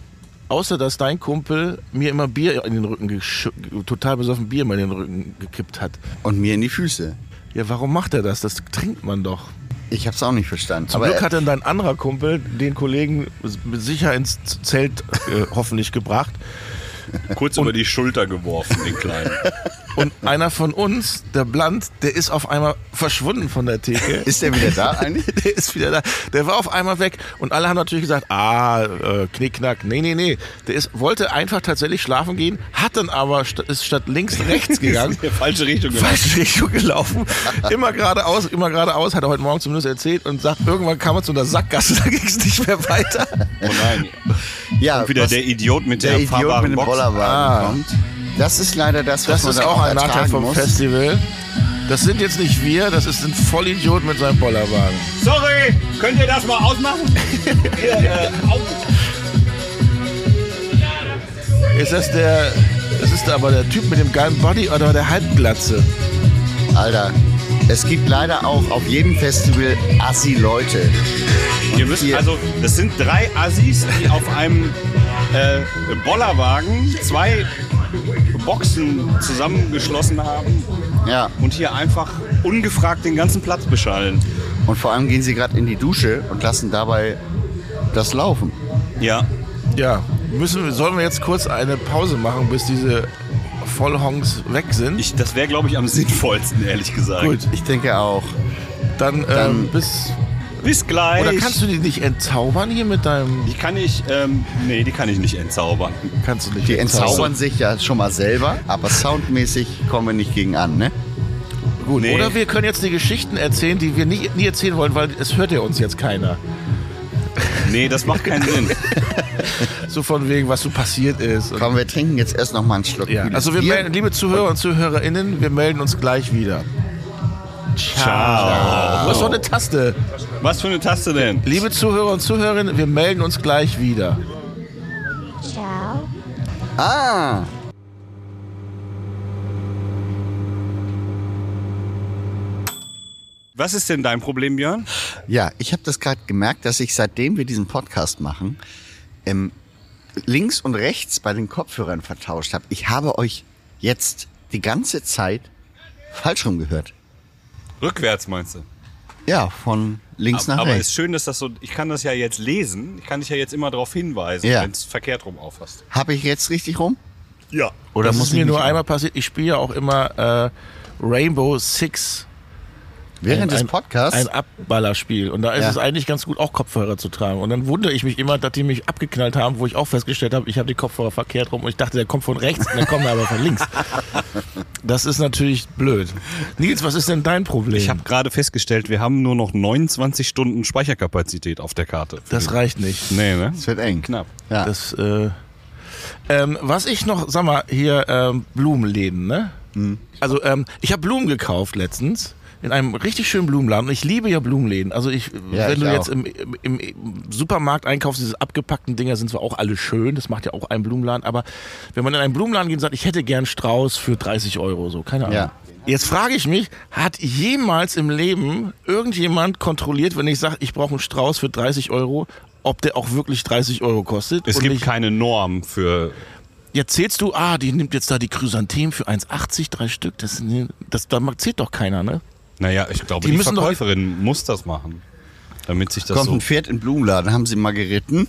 F: Außer, dass dein Kumpel mir immer Bier in den Rücken, gesch- total besoffen Bier mal in den Rücken gekippt hat.
G: Und mir in die Füße.
F: Ja, warum macht er das? Das trinkt man doch.
G: Ich hab's auch nicht verstanden.
F: Zum
G: Aber
F: Glück
G: äh,
F: hat dann dein anderer Kumpel den Kollegen s- sicher ins Zelt äh, hoffentlich gebracht.
C: Kurz über die Schulter geworfen, den Kleinen.
F: Und einer von uns, der Blunt, der ist auf einmal verschwunden von der Theke.
G: ist der wieder da eigentlich?
F: Der ist wieder da. Der war auf einmal weg. Und alle haben natürlich gesagt, ah, äh, Knickknack. Nee, nee, nee. Der ist, wollte einfach tatsächlich schlafen gehen, hat dann aber, st ist statt links rechts gegangen.
C: In die falsche Richtung gelaufen.
F: Falsche Richtung gelaufen. Immer geradeaus, immer geradeaus, hat er heute Morgen zumindest erzählt und sagt, irgendwann kam er zu einer Sackgasse, da ging es nicht mehr weiter.
C: Oh nein.
G: Ja,
C: Wieder
G: was
C: der Idiot mit der,
G: der Idiot
C: fahrbaren
G: mit dem
C: Box.
G: Bollerwagen kommt. Ah. Das ist leider das, was
F: Das
G: man
F: ist
G: dann
F: auch ein Nachteil
G: ertragen
F: vom
G: muss.
F: Festival. Das sind jetzt nicht wir, das ist ein Vollidiot mit seinem Bollerwagen.
C: Ah. Sorry, könnt ihr das mal ausmachen? Hier, äh, auf-
F: Ist das der, das ist aber der Typ mit dem geilen Body oder der Halbglatze?
G: Alter, es gibt leider auch auf jedem Festival Assi-Leute.
C: Ihr müsst
G: Hier.
C: also, das sind drei Assis, die auf einem äh, Bollerwagen zwei Boxen zusammengeschlossen haben
G: Ja,
C: und hier einfach ungefragt den ganzen Platz beschallen.
G: und vor allem gehen sie gerade in die Dusche und lassen dabei das laufen.
C: Ja,
F: Ja, müssen, wir- sollen wir jetzt kurz eine Pause machen, bis diese Vollhongs weg sind?
C: ich, das wäre, glaube ich, am sinnvollsten, ehrlich gesagt.
F: Gut,
G: Ich denke auch.
F: dann,
G: Dann-
F: ähm, bis.
C: Bis gleich.
F: Oder kannst du die nicht entzaubern hier mit deinem?
C: Die kann ich, ähm, nee, die kann ich nicht entzaubern.
F: Kannst du nicht
G: Die entzaubern sich ja schon mal selber, aber soundmäßig kommen wir nicht gegen an, ne?
F: Gut.
C: Nee.
F: Oder wir können jetzt die Geschichten erzählen, die wir nie, nie erzählen wollen, weil es hört ja uns jetzt keiner.
C: Nee, das macht keinen Sinn.
F: So von wegen, was so passiert ist. Und
G: Komm, wir trinken jetzt erst noch mal einen Schluck.
F: Ja,
G: kühles
F: also wir
G: Bier.
F: melden, liebe Zuhörer und ZuhörerInnen, wir melden uns gleich wieder.
C: Ciao.
F: Was für eine Taste?
C: Was für eine Taste denn?
F: Liebe Zuhörer und Zuhörerinnen, wir melden uns gleich wieder.
I: Ciao.
G: Ah,
C: Was ist denn dein Problem, Björn?
G: ja, ich habe das gerade gemerkt, dass ich seitdem wir diesen Podcast machen, ähm, links und rechts bei den Kopfhörern vertauscht habe. Ich habe euch jetzt die ganze Zeit falsch rum gehört.
C: Rückwärts meinst du?
G: Ja, von links nach
C: Aber es
G: rechts.
C: ist schön, dass das so. Ich kann das ja jetzt lesen. Ich kann dich ja jetzt immer darauf hinweisen,
G: Ja.
C: wenn es verkehrt rum auffasst.
G: Habe ich jetzt richtig rum?
C: Ja.
F: Oder das
G: muss
F: ist
G: ich
F: mir nur
G: mich-
F: einmal passiert. Ich spiele ja auch immer äh, Rainbow Six.
G: Während
F: ein,
G: des Podcasts?
F: Ein Abballerspiel. Und da ist
G: Ja.
F: es eigentlich ganz gut, auch Kopfhörer zu tragen. Und dann wundere ich mich immer, dass die mich abgeknallt haben, wo ich auch festgestellt habe, ich habe die Kopfhörer verkehrt rum und ich dachte, der kommt von rechts und dann kommt er aber von links. Das ist natürlich blöd. Nils, was ist denn dein Problem?
C: Ich habe gerade festgestellt, wir haben nur noch 29 Stunden Speicherkapazität auf der Karte.
F: das reicht nicht.
C: nee, ne?
G: es wird eng.
C: Knapp.
G: Ja.
F: Das, äh, Ähm, was ich noch, sag mal, hier ähm, Blumenläden, ne?
G: Mhm.
F: Also ähm, ich habe Blumen gekauft letztens in einem richtig schönen Blumenladen. Und ich liebe ja Blumenläden. Also ich,
G: Ja,
F: wenn
G: ich
F: du
G: auch.
F: jetzt im, im, im Supermarkt einkaufst, diese abgepackten Dinger sind zwar auch alle schön, das macht ja auch ein Blumenladen, aber wenn man in einen Blumenladen geht und sagt, ich hätte gern Strauß für 30 Euro, so, keine Ahnung.
G: Ja.
F: Jetzt frage ich mich, hat jemals im Leben irgendjemand kontrolliert, wenn ich sage, ich brauche einen Strauß für 30 Euro, ob der auch wirklich 30 Euro kostet?
C: Es
F: und
C: gibt
F: nicht-
C: keine Norm für.
F: Jetzt zählst du, ah, die nimmt jetzt da die Chrysanthemen für 1,80, drei Stück. Das, sind- das, da zählt doch keiner, ne?
C: Naja, ich glaube,
F: Die
C: die,
F: müssen doch-
C: Verkäuferin muss das machen. Damit sich das
G: Kommt
C: so.
G: ein Pferd in den Blumenladen, haben sie mal geritten?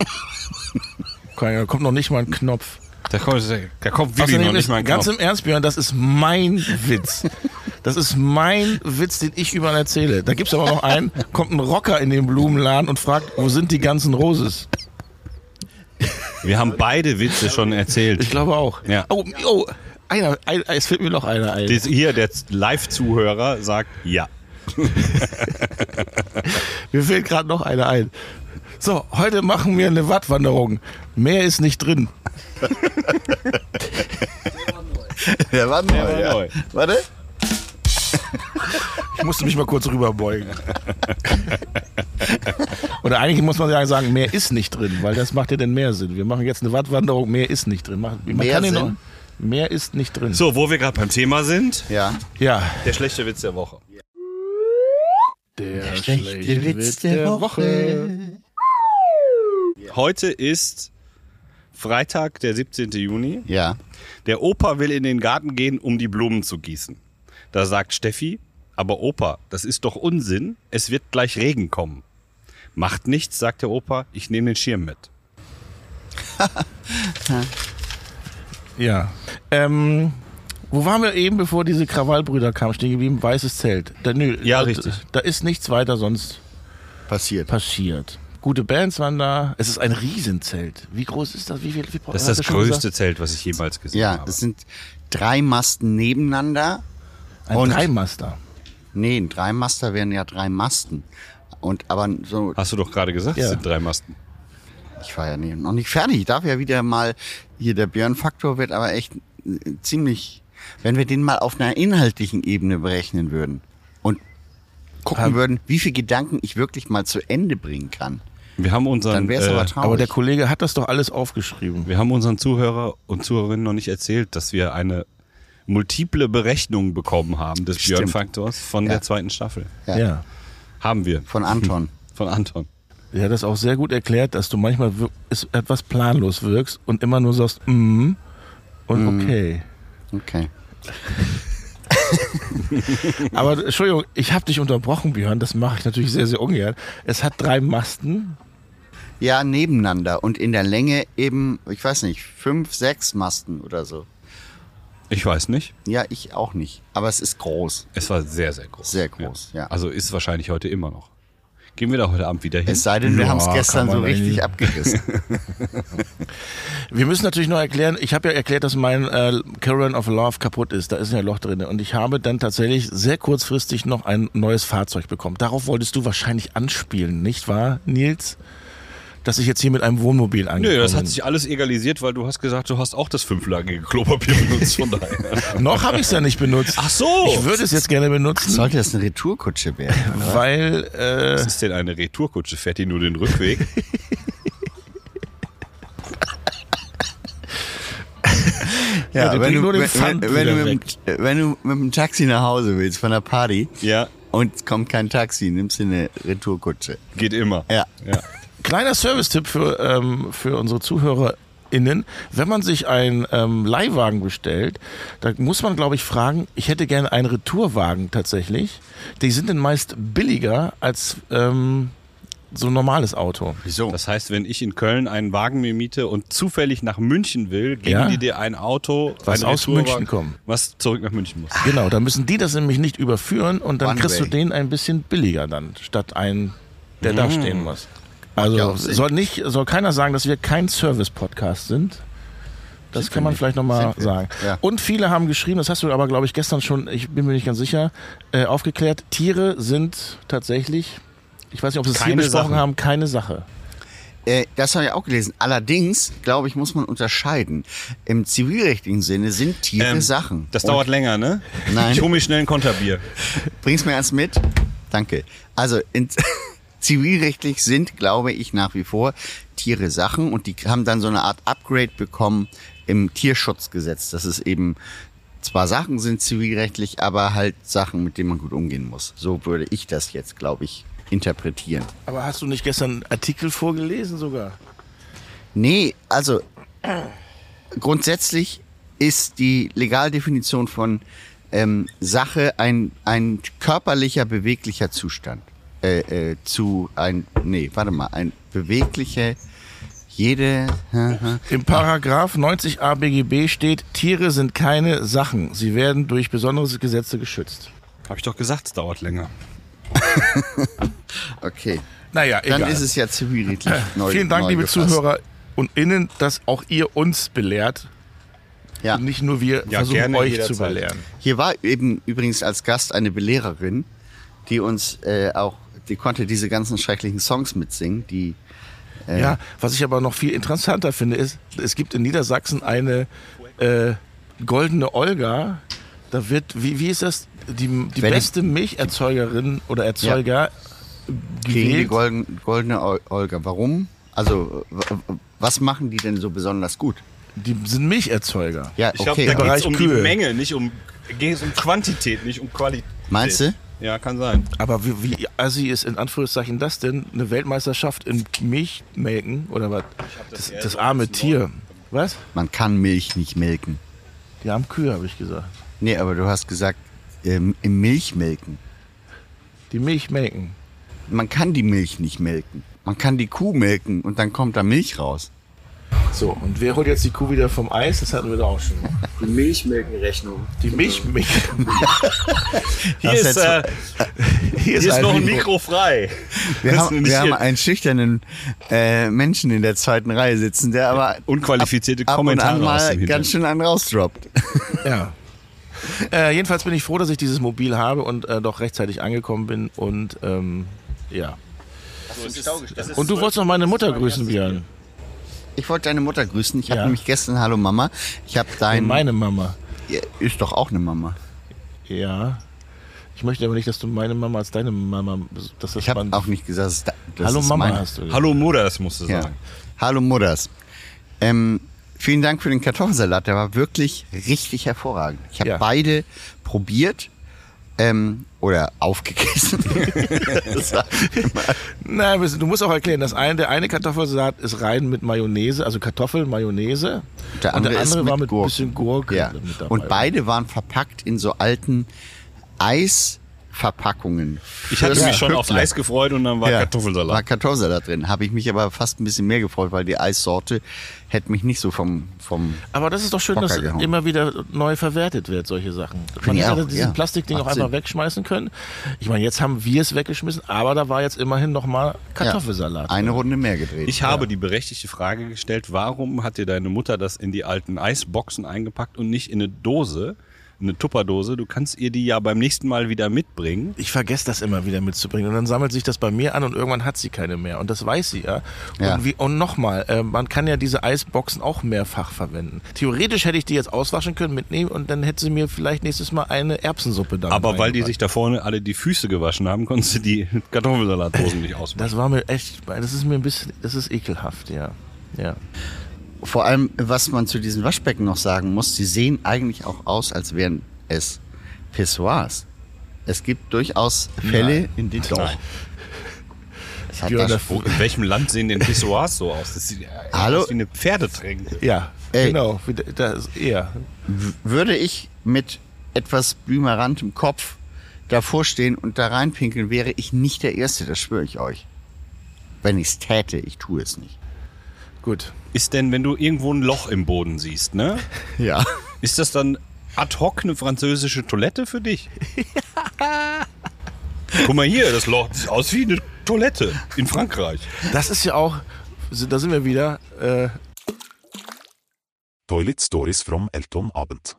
F: Keiner, Da kommt noch nicht mal ein Knopf.
C: Da kommt, da kommt
F: Außerdem
C: Willi noch
F: ist-
C: nicht mal ein
F: ganz
C: Knopf.
F: im Ernst, Björn, das ist mein Witz. Das ist mein Witz, den ich überall erzähle. Da gibt's aber noch einen, kommt ein Rocker in den Blumenladen und fragt, wo sind die ganzen Roses?
C: Wir haben beide Witze schon
F: Ich
C: erzählt.
F: glaube auch.
C: Ja.
F: Oh, oh einer, ein, es fällt mir noch einer ein.
C: Das hier, der Live-Zuhörer sagt ja.
F: Mir fällt gerade noch einer ein. So, heute machen wir eine Wattwanderung. Mehr ist nicht drin.
G: Der war neu.
C: war
G: ja.
C: neu.
G: Warte.
F: Ich musste mich mal kurz rüberbeugen. Oder eigentlich muss man ja sagen, mehr ist nicht drin, weil das macht ja dann mehr Sinn. Wir machen jetzt eine Wattwanderung, mehr ist nicht drin. Macht- Man
G: Mehr
F: ja
G: Sinn?
F: noch- mehr ist nicht drin.
C: So, wo wir gerade beim Thema sind.
G: Ja.
F: Ja.
C: Der schlechte Witz der Woche.
F: Der,
D: schlechte Witz der Woche.
C: Heute ist Freitag, der 17. Juni.
G: Ja.
C: Der Opa will in den Garten gehen, um die Blumen zu gießen. Da sagt Steffi, aber Opa, das ist doch Unsinn, es wird gleich Regen kommen. Macht nichts, sagt der Opa, ich nehme den Schirm mit.
F: Ja. Ähm, wo waren wir eben, bevor diese Krawallbrüder kamen? Stehen geblieben, weißes Zelt. Da, nö,
C: Ja,
F: da,
C: richtig.
F: Da ist nichts weiter sonst
G: Passiert.
F: passiert. Gute Bands waren da. Es ist ein Riesenzelt. Wie groß ist das? Wie viel? Wie,
C: Das ist
F: hast du
C: das
F: schon
C: größte Zelt, was ich jemals gesehen
G: Ja,
C: habe.
G: es sind drei Masten nebeneinander.
F: Gesagt? Ein
G: Und-
F: Dreimaster.
G: Nee, ein Dreimaster wären ja drei Masten. Und aber so,
C: Hast du doch gerade gesagt,
F: Ja.
C: es sind drei Masten.
G: ich war ja nie, noch nicht fertig. Ich darf ja wieder mal, hier der Björn-Faktor wird aber echt äh, ziemlich, wenn wir den mal auf einer inhaltlichen Ebene berechnen würden und gucken
F: Ähm.
G: würden, wie viele Gedanken ich wirklich mal zu Ende bringen kann,
C: Wir haben unseren,
G: dann wäre es
C: äh,
G: aber traurig.
F: Aber der Kollege hat das doch alles aufgeschrieben.
C: wir haben unseren Zuhörer und Zuhörerinnen noch nicht erzählt, dass wir eine multiple Berechnung bekommen haben des
G: Stimmt.
C: Björn-Faktors von der zweiten Staffel.
G: Ja.
F: Ja.
C: Haben wir.
G: Von
F: Hm.
G: Anton.
C: Von Anton.
F: Er hat das auch sehr gut erklärt, dass du manchmal wir- ist- etwas planlos wirkst und immer nur sagst, mhm und okay.
G: Okay.
F: Aber Entschuldigung, ich habe dich unterbrochen, Björn. Das mache ich natürlich sehr, sehr ungern. Es hat drei Masten.
G: Ja, nebeneinander und in der Länge eben, ich weiß nicht, fünf, sechs Masten oder so.
C: Ich weiß nicht.
G: Ja, ich auch nicht. Aber es ist groß.
C: Es war sehr, sehr groß.
G: Sehr groß, ja.
C: Also ist wahrscheinlich heute immer noch. Gehen wir da heute Abend wieder hin?
G: Es sei denn, wir
F: Ja,
G: haben es
F: kann
G: gestern so
F: man eigentlich-
G: richtig abgerissen.
F: Wir müssen natürlich noch erklären, ich habe ja erklärt, dass mein äh, Caravan of Love kaputt ist. Da ist ein Loch drin. Und ich habe dann tatsächlich sehr kurzfristig noch ein neues Fahrzeug bekommen. Darauf wolltest du wahrscheinlich anspielen, nicht wahr, Nils? Dass ich jetzt hier mit einem Wohnmobil angekommen
C: Nö, das hat
F: bin.
C: sich alles egalisiert, weil du hast gesagt, du hast auch das fünflagige Klopapier benutzt von daher.
F: Noch habe ich es ja nicht benutzt.
C: Ach so.
F: Ich würde es jetzt gerne benutzen,
G: Sollte das eine Retourkutsche werden?
F: weil äh,
C: Was ist denn eine Retourkutsche? Fährt die nur den Rückweg?
F: Ja, die bringen nur den Pfand
G: wenn, wenn, du
F: wieder
G: mit, dem- wenn du mit dem Taxi nach Hause willst von der Party
C: ja,
G: und es kommt kein Taxi, nimmst du eine Retourkutsche.
C: geht immer.
G: Ja.
C: ja.
F: kleiner Service-Tipp für, ähm, für unsere ZuhörerInnen. Wenn man sich einen ähm, Leihwagen bestellt, da muss man, glaube ich, fragen, ich hätte gerne einen Retourwagen tatsächlich. Die sind dann meist billiger als ähm, so ein normales Auto.
G: Wieso?
C: Das heißt, wenn ich in Köln einen Wagen mir miete und zufällig nach München will, geben
F: Ja.
C: die dir ein Auto,
F: Was
C: ein
F: aus
C: Retourwagen,
F: München kommt.
C: was zurück nach München
G: Ah,
C: muss.
F: Genau, da müssen die das nämlich nicht überführen und dann
G: One
F: kriegst
G: way.
F: du den ein bisschen billiger dann, statt einen, der da stehen muss. Also
G: ja auch Sinn.
F: soll nicht, soll keiner sagen, dass wir kein Service-Podcast sind. Das kann man vielleicht nochmal sagen.
G: ja.
F: Und viele haben geschrieben, das hast du aber, glaube ich, gestern schon, ich bin mir nicht ganz sicher, äh, aufgeklärt, Tiere sind tatsächlich, ich weiß nicht, ob sie es hier
C: Keine
F: besprochen
C: Sache.
F: haben, keine Sache.
G: Äh, das habe ich auch gelesen. Allerdings, glaube ich, muss man unterscheiden. Im zivilrechtlichen Sinne sind Tiere
C: Ähm,
G: Sachen.
C: Das dauert länger, ne?
G: Nein.
C: Ich hole mir schnell ein Konterbier.
G: Bring's mir eins mit. Danke. Also in, zivilrechtlich sind, glaube ich, nach wie vor Tiere Sachen und die haben dann so eine Art Upgrade bekommen im Tierschutzgesetz, dass es eben zwar Sachen sind zivilrechtlich, aber halt Sachen, mit denen man gut umgehen muss. So würde ich das jetzt, glaube ich, interpretieren.
F: Aber hast du nicht gestern einen Artikel vorgelesen sogar?
G: Nee, also grundsätzlich ist die Legaldefinition von ähm, Sache ein, ein körperlicher, beweglicher Zustand. Äh, äh, zu ein, nee, warte mal, ein bewegliche, jede,
F: Im Paragraph 90a BGB steht, Tiere sind keine Sachen. Sie werden durch besondere Gesetze geschützt.
C: Hab ich doch gesagt, es dauert länger.
G: okay,
F: Naja,
G: dann
F: egal.
G: ist es ja zivilrechtlich neu
F: Vielen Dank,
G: neu
F: liebe
G: gefasst.
F: Zuhörer und Innen, dass auch ihr uns belehrt
G: Ja.
F: und nicht nur wir
C: Ja,
F: versuchen,
C: gerne
F: euch
C: jederzeit.
F: zu belehren.
G: Hier war eben übrigens als Gast eine Belehrerin, die uns äh, auch, die konnte diese ganzen schrecklichen Songs mitsingen, die
F: Ja, was ich aber noch viel interessanter finde, ist, es gibt in Niedersachsen eine äh, goldene Olga. Da wird, wie, wie ist das, die, die
G: Wenn ich-
F: beste Milcherzeugerin oder Erzeuger
G: Gegen die
F: gewählt.
G: Golden, goldene Ol- Olga. Warum? Also, w- w- was machen die denn so besonders gut?
F: Die sind Milcherzeuger.
G: Ja,
C: Ich
G: okay.
C: glaube, da geht
F: Bereich
C: es um
F: Kühe.
C: die Menge, nicht um, geht's um Quantität, nicht um Qualität.
G: Meinst du?
C: Ja, kann sein.
F: Aber wie, wie assi ist in Anführungszeichen das denn? Eine Weltmeisterschaft in Milchmelken oder was? Das, das, arme Tier. Was?
G: Man kann Milch nicht melken.
F: Die haben Kühe, habe ich gesagt.
G: Nee, aber du hast gesagt, ähm, im Milch melken.
F: Die Milchmelken.
G: Man kann die Milch nicht melken. Man kann die Kuh melken und dann kommt da Milch raus.
F: So, und wer holt jetzt die Kuh wieder vom Eis? Das hatten wir doch auch schon.
J: Die Milchmilkenrechnung.
F: Die Milchmelken.
C: Hier
G: Das
C: ist,
G: ist
C: äh, hier
F: Hier
C: ist noch ein Mikro frei.
G: Wir
C: Das
G: haben,
C: ist
G: wir
C: hier-
G: haben einen schüchternen äh, Menschen in der zweiten Reihe sitzen, der aber
C: Unqualifizierte
G: ab und
C: Kommentare
G: an
C: aus
G: mal
C: dem
G: ganz schön einen rausdroppt.
F: Ja. Äh, jedenfalls bin ich froh, dass ich dieses Mobil habe und äh, doch rechtzeitig angekommen bin. Und ähm, ja. Und du wolltest noch meine Mutter grüßen, Björn.
G: Ich wollte deine Mutter grüßen. Ich habe
F: Ja.
G: nämlich gestern, hallo Mama, ich habe dein...
F: Und meine Mama.
G: Ja, Ist doch auch eine Mama.
F: Ja. Ich möchte aber nicht, dass du meine Mama als deine Mama. Das ist
G: Ich habe
F: spannend.
G: auch nicht gesagt, dass- dass
F: Hallo
G: es
F: Mama
G: meine-
F: hast du. gesagt.
C: Hallo Mutter, das musst du
G: Ja.
C: sagen.
G: Hallo Mudders. Ähm, vielen Dank für den Kartoffelsalat. Der war wirklich richtig hervorragend. Ich habe
F: Ja.
G: beide probiert ähm, oder aufgegessen. Das sagt man immer.
F: Na, du musst auch erklären, das eine, der eine Kartoffelsalat ist rein mit Mayonnaise, also Kartoffel, Mayonnaise.
G: der
F: und
G: andere,
F: der andere
G: ist
F: war
G: mit
F: mit ein
G: Gurken.
F: bisschen Gurke
G: ja.
F: mit dabei.
G: Und beide waren verpackt in so alten Eisverpackungen.
C: Ich hatte
G: Fürs
C: mich schon aufs
G: Pöppler.
C: Eis gefreut und dann war
G: Ja, War
C: Kartoffelsalat.
G: Kartoffelsalat drin. Habe ich mich aber fast ein bisschen mehr gefreut, weil die Eissorte hätte mich nicht so vom, vom
F: Aber das ist doch schön,
G: Hocker
F: dass
G: gehauen.
F: immer wieder neu verwertet wird, solche Sachen. Man
G: ich
F: hätte
G: auch,
F: dieses
G: ja.
F: Plastikding auch
G: Macht
F: einfach
G: Sinn.
F: wegschmeißen können. Ich meine, jetzt haben wir es weggeschmissen, aber da war jetzt immerhin nochmal
G: Ja,
F: Kartoffelsalat.
G: eine Runde mehr gedreht.
C: Ich habe die berechtigte Frage gestellt, warum hat dir deine Mutter das in die alten Eisboxen eingepackt und nicht in eine Dose, eine Tupperdose? Du kannst ihr die ja beim nächsten Mal wieder mitbringen.
F: Ich vergesse das immer wieder mitzubringen und dann sammelt sich das bei mir an und irgendwann hat sie keine mehr und das weiß sie ja.
G: Ja.
F: Und, wie- und nochmal, äh, man kann ja diese Eisboxen auch mehrfach verwenden. Theoretisch hätte ich die jetzt auswaschen können, mitnehmen und dann hätte sie mir vielleicht nächstes Mal eine Erbsensuppe damit
C: Aber weil die
F: eingepackt.
C: sich da vorne alle die Füße gewaschen haben, konntest du die Kartoffelsalatdosen nicht ausmachen.
F: Das war mir echt, das ist mir ein bisschen, das ist ekelhaft, ja. Ja.
G: Vor allem, was man zu diesen Waschbecken noch sagen muss, sie sehen eigentlich auch aus, als wären es Pissoirs. Es gibt durchaus Fälle, in denen doch. Es hat
F: Björn,
G: das-
F: das-
C: Wo, in welchem Land sehen denn Pissoirs so aus? Das sieht ja
G: Hallo?
C: aus wie eine Pferdetränke.
F: Ja,
G: Ey.
F: genau. wie d- Das, ja.
G: würde ich mit etwas blümerantem Kopf davor stehen und da reinpinkeln, wäre ich nicht der Erste, das schwöre ich euch. Wenn ich es täte, ich tue es nicht.
F: Gut.
C: Ist denn, wenn du irgendwo ein Loch im Boden siehst, ne?
G: Ja.
C: Ist das dann ad hoc eine französische Toilette für dich? Guck mal hier, das Loch sieht aus wie eine Toilette in Frankreich.
F: Das ist ja auch, da sind wir wieder. Äh,
H: Toilet Stories from Elton Abend.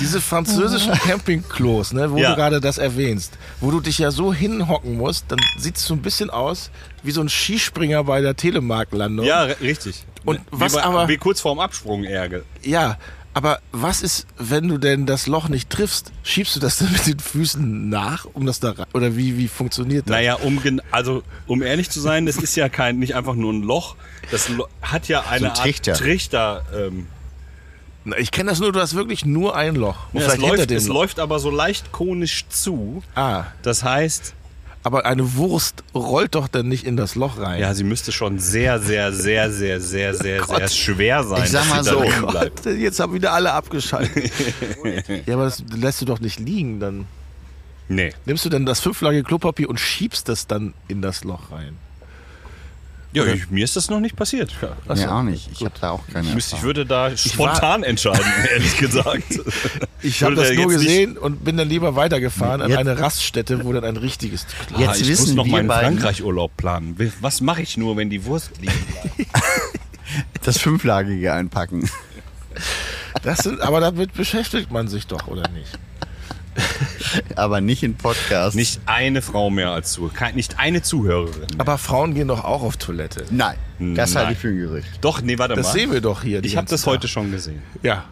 F: Diese französischen Campingklos, ne, wo
C: Ja.
F: du gerade das erwähnst, wo du dich ja so hinhocken musst, dann sieht es so ein bisschen aus wie so ein Skispringer bei der Telemark-Landung.
C: Ja, ri- richtig.
F: Und
C: Wie
F: was
C: bei-
F: aber-
C: Wie kurz vorm Absprung Ärger.
F: Ja, aber was ist, wenn du denn das Loch nicht triffst? Schiebst du das dann mit den Füßen nach, um das da rein? Oder wie, wie funktioniert das?
C: Naja, um, gen- also, um ehrlich zu sein, das ist ja kein, nicht einfach nur ein Loch. Das Lo hat ja eine
G: ein
C: Art
G: Trichter.
C: Trichter. Ähm,
F: Na, ich kenne das nur, du hast wirklich nur ein Loch. Und
C: ja, es
F: vielleicht hinter
C: läuft,
F: dem
C: es
F: Loch.
C: läuft aber so leicht konisch zu.
F: Ah,
C: Das heißt,
F: aber eine Wurst rollt doch dann nicht in das Loch rein.
C: ja, sie müsste schon sehr, sehr, sehr, sehr, sehr, sehr, sehr schwer sein.
G: Oh Ich sag
C: dass
G: mal
C: sie da
G: so.
C: liegen bleibt.
F: Gott, jetzt haben wieder alle abgeschaltet. ja, aber das lässt du doch nicht liegen. Dann
C: Nee.
F: nimmst du dann das fünflage Klopapier und schiebst das dann in das Loch rein.
C: Ja, ich, mir ist das noch nicht passiert.
F: Ach so.
G: Mir auch nicht. Ich habe da auch keine.
C: Ich, müsste, ich
G: Erfahrung.
C: würde da spontan entscheiden, ehrlich gesagt.
F: Ich habe
C: würde
F: das
C: da
F: nur
C: jetzt nicht-
F: gesehen und bin dann lieber weitergefahren an
G: Jetzt-
F: eine Raststätte, wo dann ein richtiges.
C: Ah,
G: Jetzt
C: ich muss
G: wissen
C: noch
G: wir
C: meinen
G: beiden,
C: Frankreich-Urlaub planen. Wie- Was mache ich nur, wenn die Wurst liegt?
G: das fünflagige einpacken.
F: Das sind, aber damit beschäftigt man sich doch, oder nicht?
G: Aber nicht in Podcast.
C: Nicht eine Frau mehr als Zuhörer. Nicht eine Zuhörerin. Mehr.
F: Aber Frauen gehen doch auch auf Toilette.
G: Nein,
F: Hm,
G: das
C: Nein.
G: halte ich für ein Gerücht.
C: Doch, nee, warte
F: Das
C: mal.
F: sehen wir doch hier. die
C: ich habe
F: ganze
C: das
F: Zeit.
C: heute schon gesehen.
F: Ja.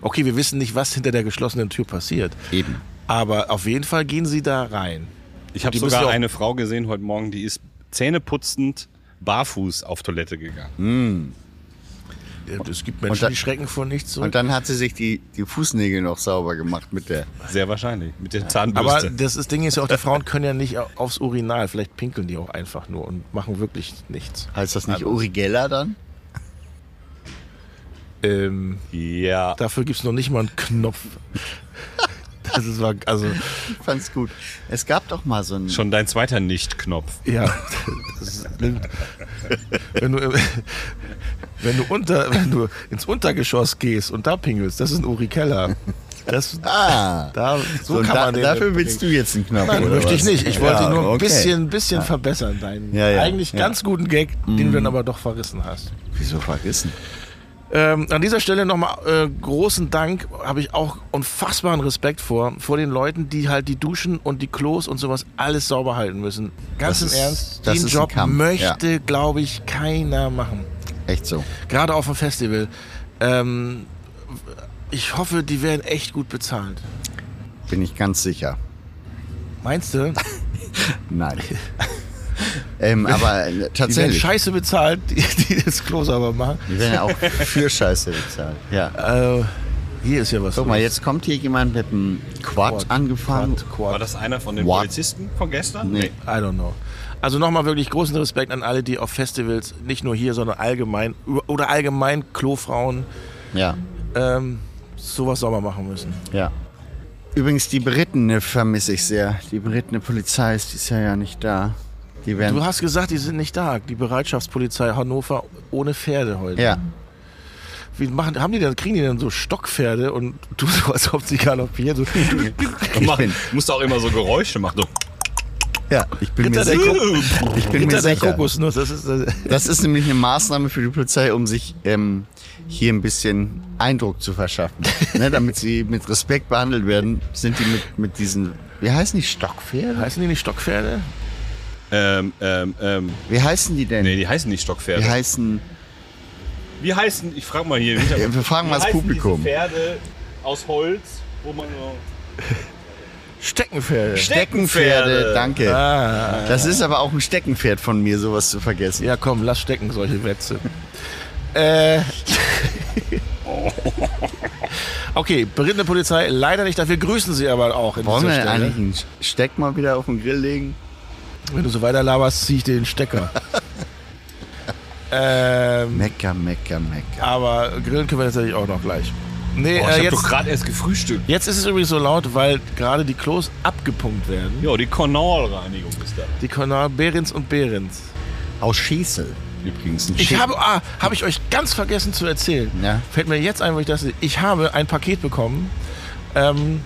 F: Okay, wir wissen nicht, was hinter der geschlossenen Tür passiert.
G: Eben.
F: Aber auf jeden Fall gehen sie da rein.
C: Ich habe
F: Die müssen
C: sogar
F: ja auch-
C: eine Frau gesehen heute Morgen, die ist zähneputzend barfuß auf Toilette
F: Hm.
C: gegangen.
F: Es gibt Menschen,
G: da-
F: die schrecken vor nichts zurück.
G: Und dann hat sie sich die, die Fußnägel noch sauber gemacht mit der.
C: Sehr wahrscheinlich. Mit der
F: Aber
C: Zahnbürste.
F: das ist, Ding ist ja auch, die Frauen können ja nicht au- aufs Urinal. Vielleicht pinkeln die auch einfach nur und machen wirklich nichts.
G: Heißt das nicht Urigella dann?
F: Ähm,
C: ja.
F: dafür gibt es noch nicht mal einen Knopf. Das ist mal, also,
G: Ich fand's gut. Es gab doch mal so ein.
C: Schon dein zweiter Nicht-Knopf.
F: ja. Das ist, wenn, du, wenn, du unter, wenn du ins Untergeschoss gehst und da pingelst, das ist ein Uri Keller. Das,
G: Ah,
F: da, so,
G: und
F: kann
G: da,
F: man den
G: dafür willst du jetzt einen Knopf.
F: Nein,
G: oder
F: möchte ich
G: was?
F: nicht. Ich wollte
G: Ja,
F: nur ein
G: okay.
F: bisschen, bisschen verbessern, deinen
G: Ja, ja,
F: eigentlich
G: ja. Mhm.
F: ganz guten Gag, den du dann aber doch verrissen hast.
G: Wieso vergessen?
F: Ähm, an dieser Stelle nochmal äh, großen Dank, habe ich auch unfassbaren Respekt vor, vor den Leuten, die halt die Duschen und die Klos und sowas alles sauber halten müssen.
G: Das
F: Ganz im
G: ist-
F: Ernst,
G: das
F: den
G: ist ein
F: Job
G: Kampf,
F: möchte, glaube ich, keiner machen.
G: Echt so.
F: Gerade auf dem Festival. Ähm, ich hoffe, die werden echt gut bezahlt.
G: Bin ich ganz sicher.
F: Meinst du?
G: Nein. ähm, aber äh,
F: Die werden
G: tatsächlich.
F: scheiße bezahlt, die, die das Klo sauber machen.
G: Die werden ja auch für Scheiße bezahlt. Ja.
F: Äh, hier ist ja was.
G: Guck mal,
F: los.
G: jetzt kommt hier jemand mit einem Quad, angefahren.
C: War das einer von den
G: What?
C: Polizisten von gestern?
G: Nee.
F: I don't know. Also nochmal wirklich großen Respekt an alle, die auf Festivals, nicht nur hier, sondern allgemein oder allgemein Klofrauen
G: Ja,
F: ähm, sowas sauber machen müssen.
G: ja. Übrigens, die Briten äh, vermisse ich sehr. Die Briten Polizei ist dieses Jahr ja nicht da. Die werden.
F: Du hast gesagt, die sind nicht da. Die Bereitschaftspolizei Hannover ohne Pferde heute.
G: ja.
F: Wie machen, haben die denn, kriegen die denn so Stockpferde und du so, als ob sie galoppieren? So.
C: Mach,
G: bin-
C: musst auch immer so Geräusche machen. So.
G: ja, ich bin
F: Ritter
G: mir
F: der
G: sicher.
F: Ko-
G: Ich bin mir
F: Ritter der
G: sicher.
F: Kokosnuss. Das ist, äh,
G: Das ist nämlich eine Maßnahme für die Polizei, um sich ähm, hier ein bisschen Eindruck zu verschaffen. ne, damit sie mit Respekt behandelt werden, sind die mit, mit diesen, wie heißen die, Stockpferde?
F: heißen die nicht Stockpferde?
C: Ähm, ähm, ähm.
G: Wie heißen die denn?
C: Nee, die heißen nicht Stockpferde.
G: die heißen,
C: Wie heißen, ich frage mal hier. Wie,
G: Ja, wir fragen mal das
C: heißen
G: Publikum.
C: Diese Pferde aus Holz, wo man so
F: Steckenpferde.
G: Steckenpferde, danke.
F: ah.
G: Das ist aber auch ein Steckenpferd von mir, sowas zu vergessen.
F: Ja, komm, lass stecken solche Wetze. äh. okay, berittene Polizei, leider nicht. Dafür grüßen sie aber auch in
G: Wollen wir
F: dieser
G: denn
F: Stelle.
G: eigentlich einen Steck mal wieder auf den Grill legen?
F: Wenn du so weiter laberst, zieh ich dir den Stecker. ähm,
G: Mecker, mecker, mecker.
F: aber grillen können wir natürlich auch noch gleich. Nee,
C: Boah, Oh, ich
F: äh,
C: hab
F: jetzt,
C: doch gerade erst gefrühstückt.
F: jetzt ist es übrigens so laut, weil gerade die Klos abgepumpt werden.
C: Ja, die Kanalreinigung ist da.
F: Die Kanal Behrens und Behrens.
G: Aus Schießel übrigens. Ein
F: Ich
G: Schie-
F: habe, ah, habe ich euch ganz vergessen zu erzählen.
G: Ja.
F: Fällt mir jetzt ein, wo ich das. Ich habe ein Paket bekommen. Ähm,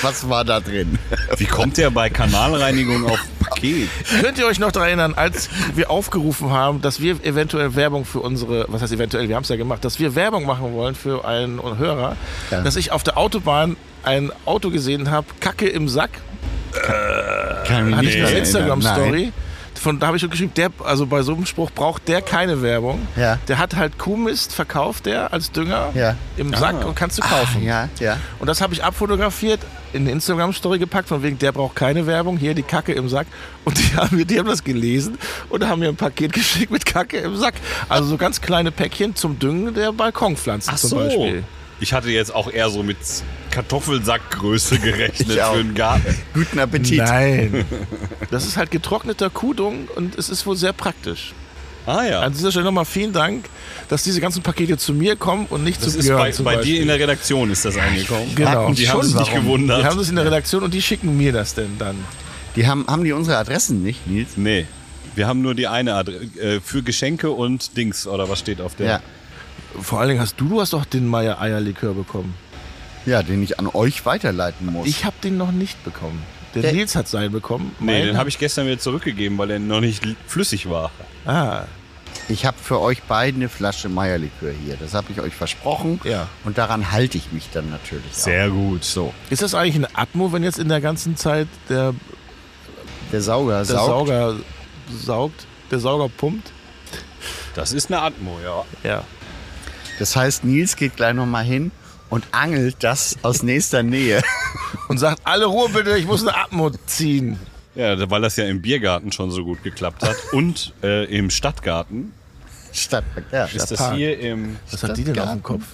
G: Was war da drin?
C: Wie kommt der bei Kanalreinigung auf Paket.
F: Könnt ihr euch noch daran erinnern, als wir aufgerufen haben, dass wir eventuell Werbung für unsere, was heißt eventuell, wir haben es ja gemacht, dass wir Werbung machen wollen für einen Hörer, dass ich auf der Autobahn ein Auto gesehen habe, Kacke im Sack,
G: Kann mich
F: hatte
G: dran
F: ich eine
G: erinnern. Nein.
F: Instagram-Story. Von, da habe ich schon geschrieben, der, also bei so einem Spruch braucht der keine Werbung.
G: Ja.
F: Der hat halt Kuhmist, verkauft der als Dünger
G: Ja.
F: im Sack und kannst du kaufen.
G: Ja, ja.
F: Und das habe ich abfotografiert, in eine Instagram-Story gepackt, von wegen, der braucht keine Werbung, hier die Kacke im Sack. Und die haben, mir- die haben das gelesen und haben mir ein Paket geschickt mit Kacke im Sack. Also so ganz kleine Päckchen zum Düngen der Balkonpflanzen zum Beispiel.
C: Ich hatte jetzt auch eher so mit Kartoffelsackgröße gerechnet
G: Ich auch.
C: für den Garten.
G: Guten Appetit.
F: Nein. Das ist halt getrockneter Kuhdung und es ist wohl sehr praktisch.
C: Ah ja.
F: An dieser Stelle nochmal vielen Dank, dass diese ganzen Pakete zu mir kommen und nicht
C: das
F: zu
C: ist
F: Björn
C: bei,
F: zum
C: bei
F: Beispiel.
C: dir in der Redaktion ist das angekommen.
F: Genau.
C: Die haben sich nicht
F: Die
C: gewundert.
F: haben das in der Redaktion und die schicken mir das denn dann.
G: Die haben, haben die unsere Adressen nicht, Nils?
C: nee. Wir haben nur die eine Adresse. Äh, für Geschenke und Dings oder was steht auf der.
G: Ja.
F: Vor allen Dingen hast du, du hast doch den Meier Eierlikör bekommen.
G: Ja, den ich an euch weiterleiten muss.
F: Ich habe den noch nicht bekommen. Der,
G: Der-
F: Nils hat seinen bekommen.
C: Nee,
F: Meinen-
C: den habe ich gestern wieder zurückgegeben, weil er noch nicht l- flüssig war.
F: Ah,
G: Ich habe für euch beide eine Flasche Meierlikör hier. Das habe ich euch versprochen.
F: Ja.
G: Und daran halte ich mich dann natürlich.
C: gut. So.
F: ist das eigentlich eine Atmo, wenn jetzt in der ganzen Zeit der,
G: Auch. Der Sauger
F: der
G: saugt.
F: Sauger saugt, der Sauger pumpt?
C: Das ist eine Atmo, ja.
F: Ja.
G: Das heißt, Nils geht gleich nochmal hin und angelt das aus nächster Nähe.
F: Und sagt, alle Ruhe bitte, ich muss eine Atmo ziehen.
C: Ja, da- weil das ja im Biergarten schon so gut geklappt hat und äh, im Stadtgarten
G: Stadt, ja,
C: ist
G: Stadt,
C: das hier im.
F: Was hat die denn auf dem Kopf?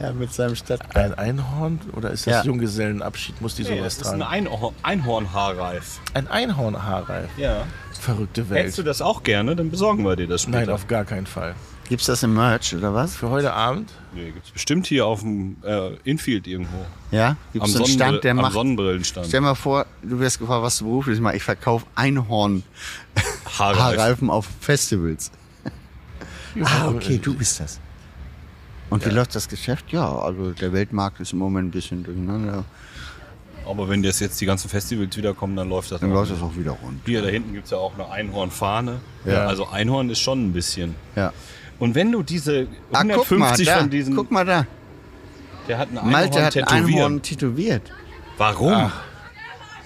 G: ja, mit seinem Stadt.
F: Ein Einhorn oder ist das
G: Ja.
F: Junggesellenabschied? Muss die
C: Nee,
F: sowas
C: das ist ein
F: tragen?
C: Einhorn, Einhornhaarreif.
F: Ein Einhornhaarreif.
C: Ja.
F: Verrückte
C: Hättest du
F: Welt.
C: das auch gerne, dann besorgen wir dir das später.
F: Nein, auf gar keinen Fall.
G: Gibt's das im Merch oder was?
F: Für heute Abend?
C: Nee, gibt's bestimmt hier auf dem äh, Infield irgendwo.
G: Ja, gibt's so einen Stand, der
C: am
G: macht.
C: Sonnenbrillenstand.
G: Stell mal vor, du wirst gefragt, was du beruflich machst. Ich verkaufe
C: Also
G: Einhorn-Haarreifen auf Festivals. Ah, okay, du bist das. Und wie läuft das Geschäft? Ja, also der Weltmarkt ist im Moment ein bisschen durcheinander.
C: Aber wenn das jetzt die ganzen Festivals wiederkommen, dann läuft das
G: Dann
C: auch.
G: läuft das auch wieder rund.
C: Hier, da hinten gibt es ja auch eine Einhornfahne.
G: Ja.
C: Also Einhorn ist schon ein bisschen.
G: Ja.
C: Und wenn du diese
G: Ah, guck mal,
C: 150
G: da,
C: von diesen,
G: guck mal da.
C: der hat ein Einhorn
G: Malte hat ein
C: tätowiert.
G: Einhorn tätowiert.
C: Warum?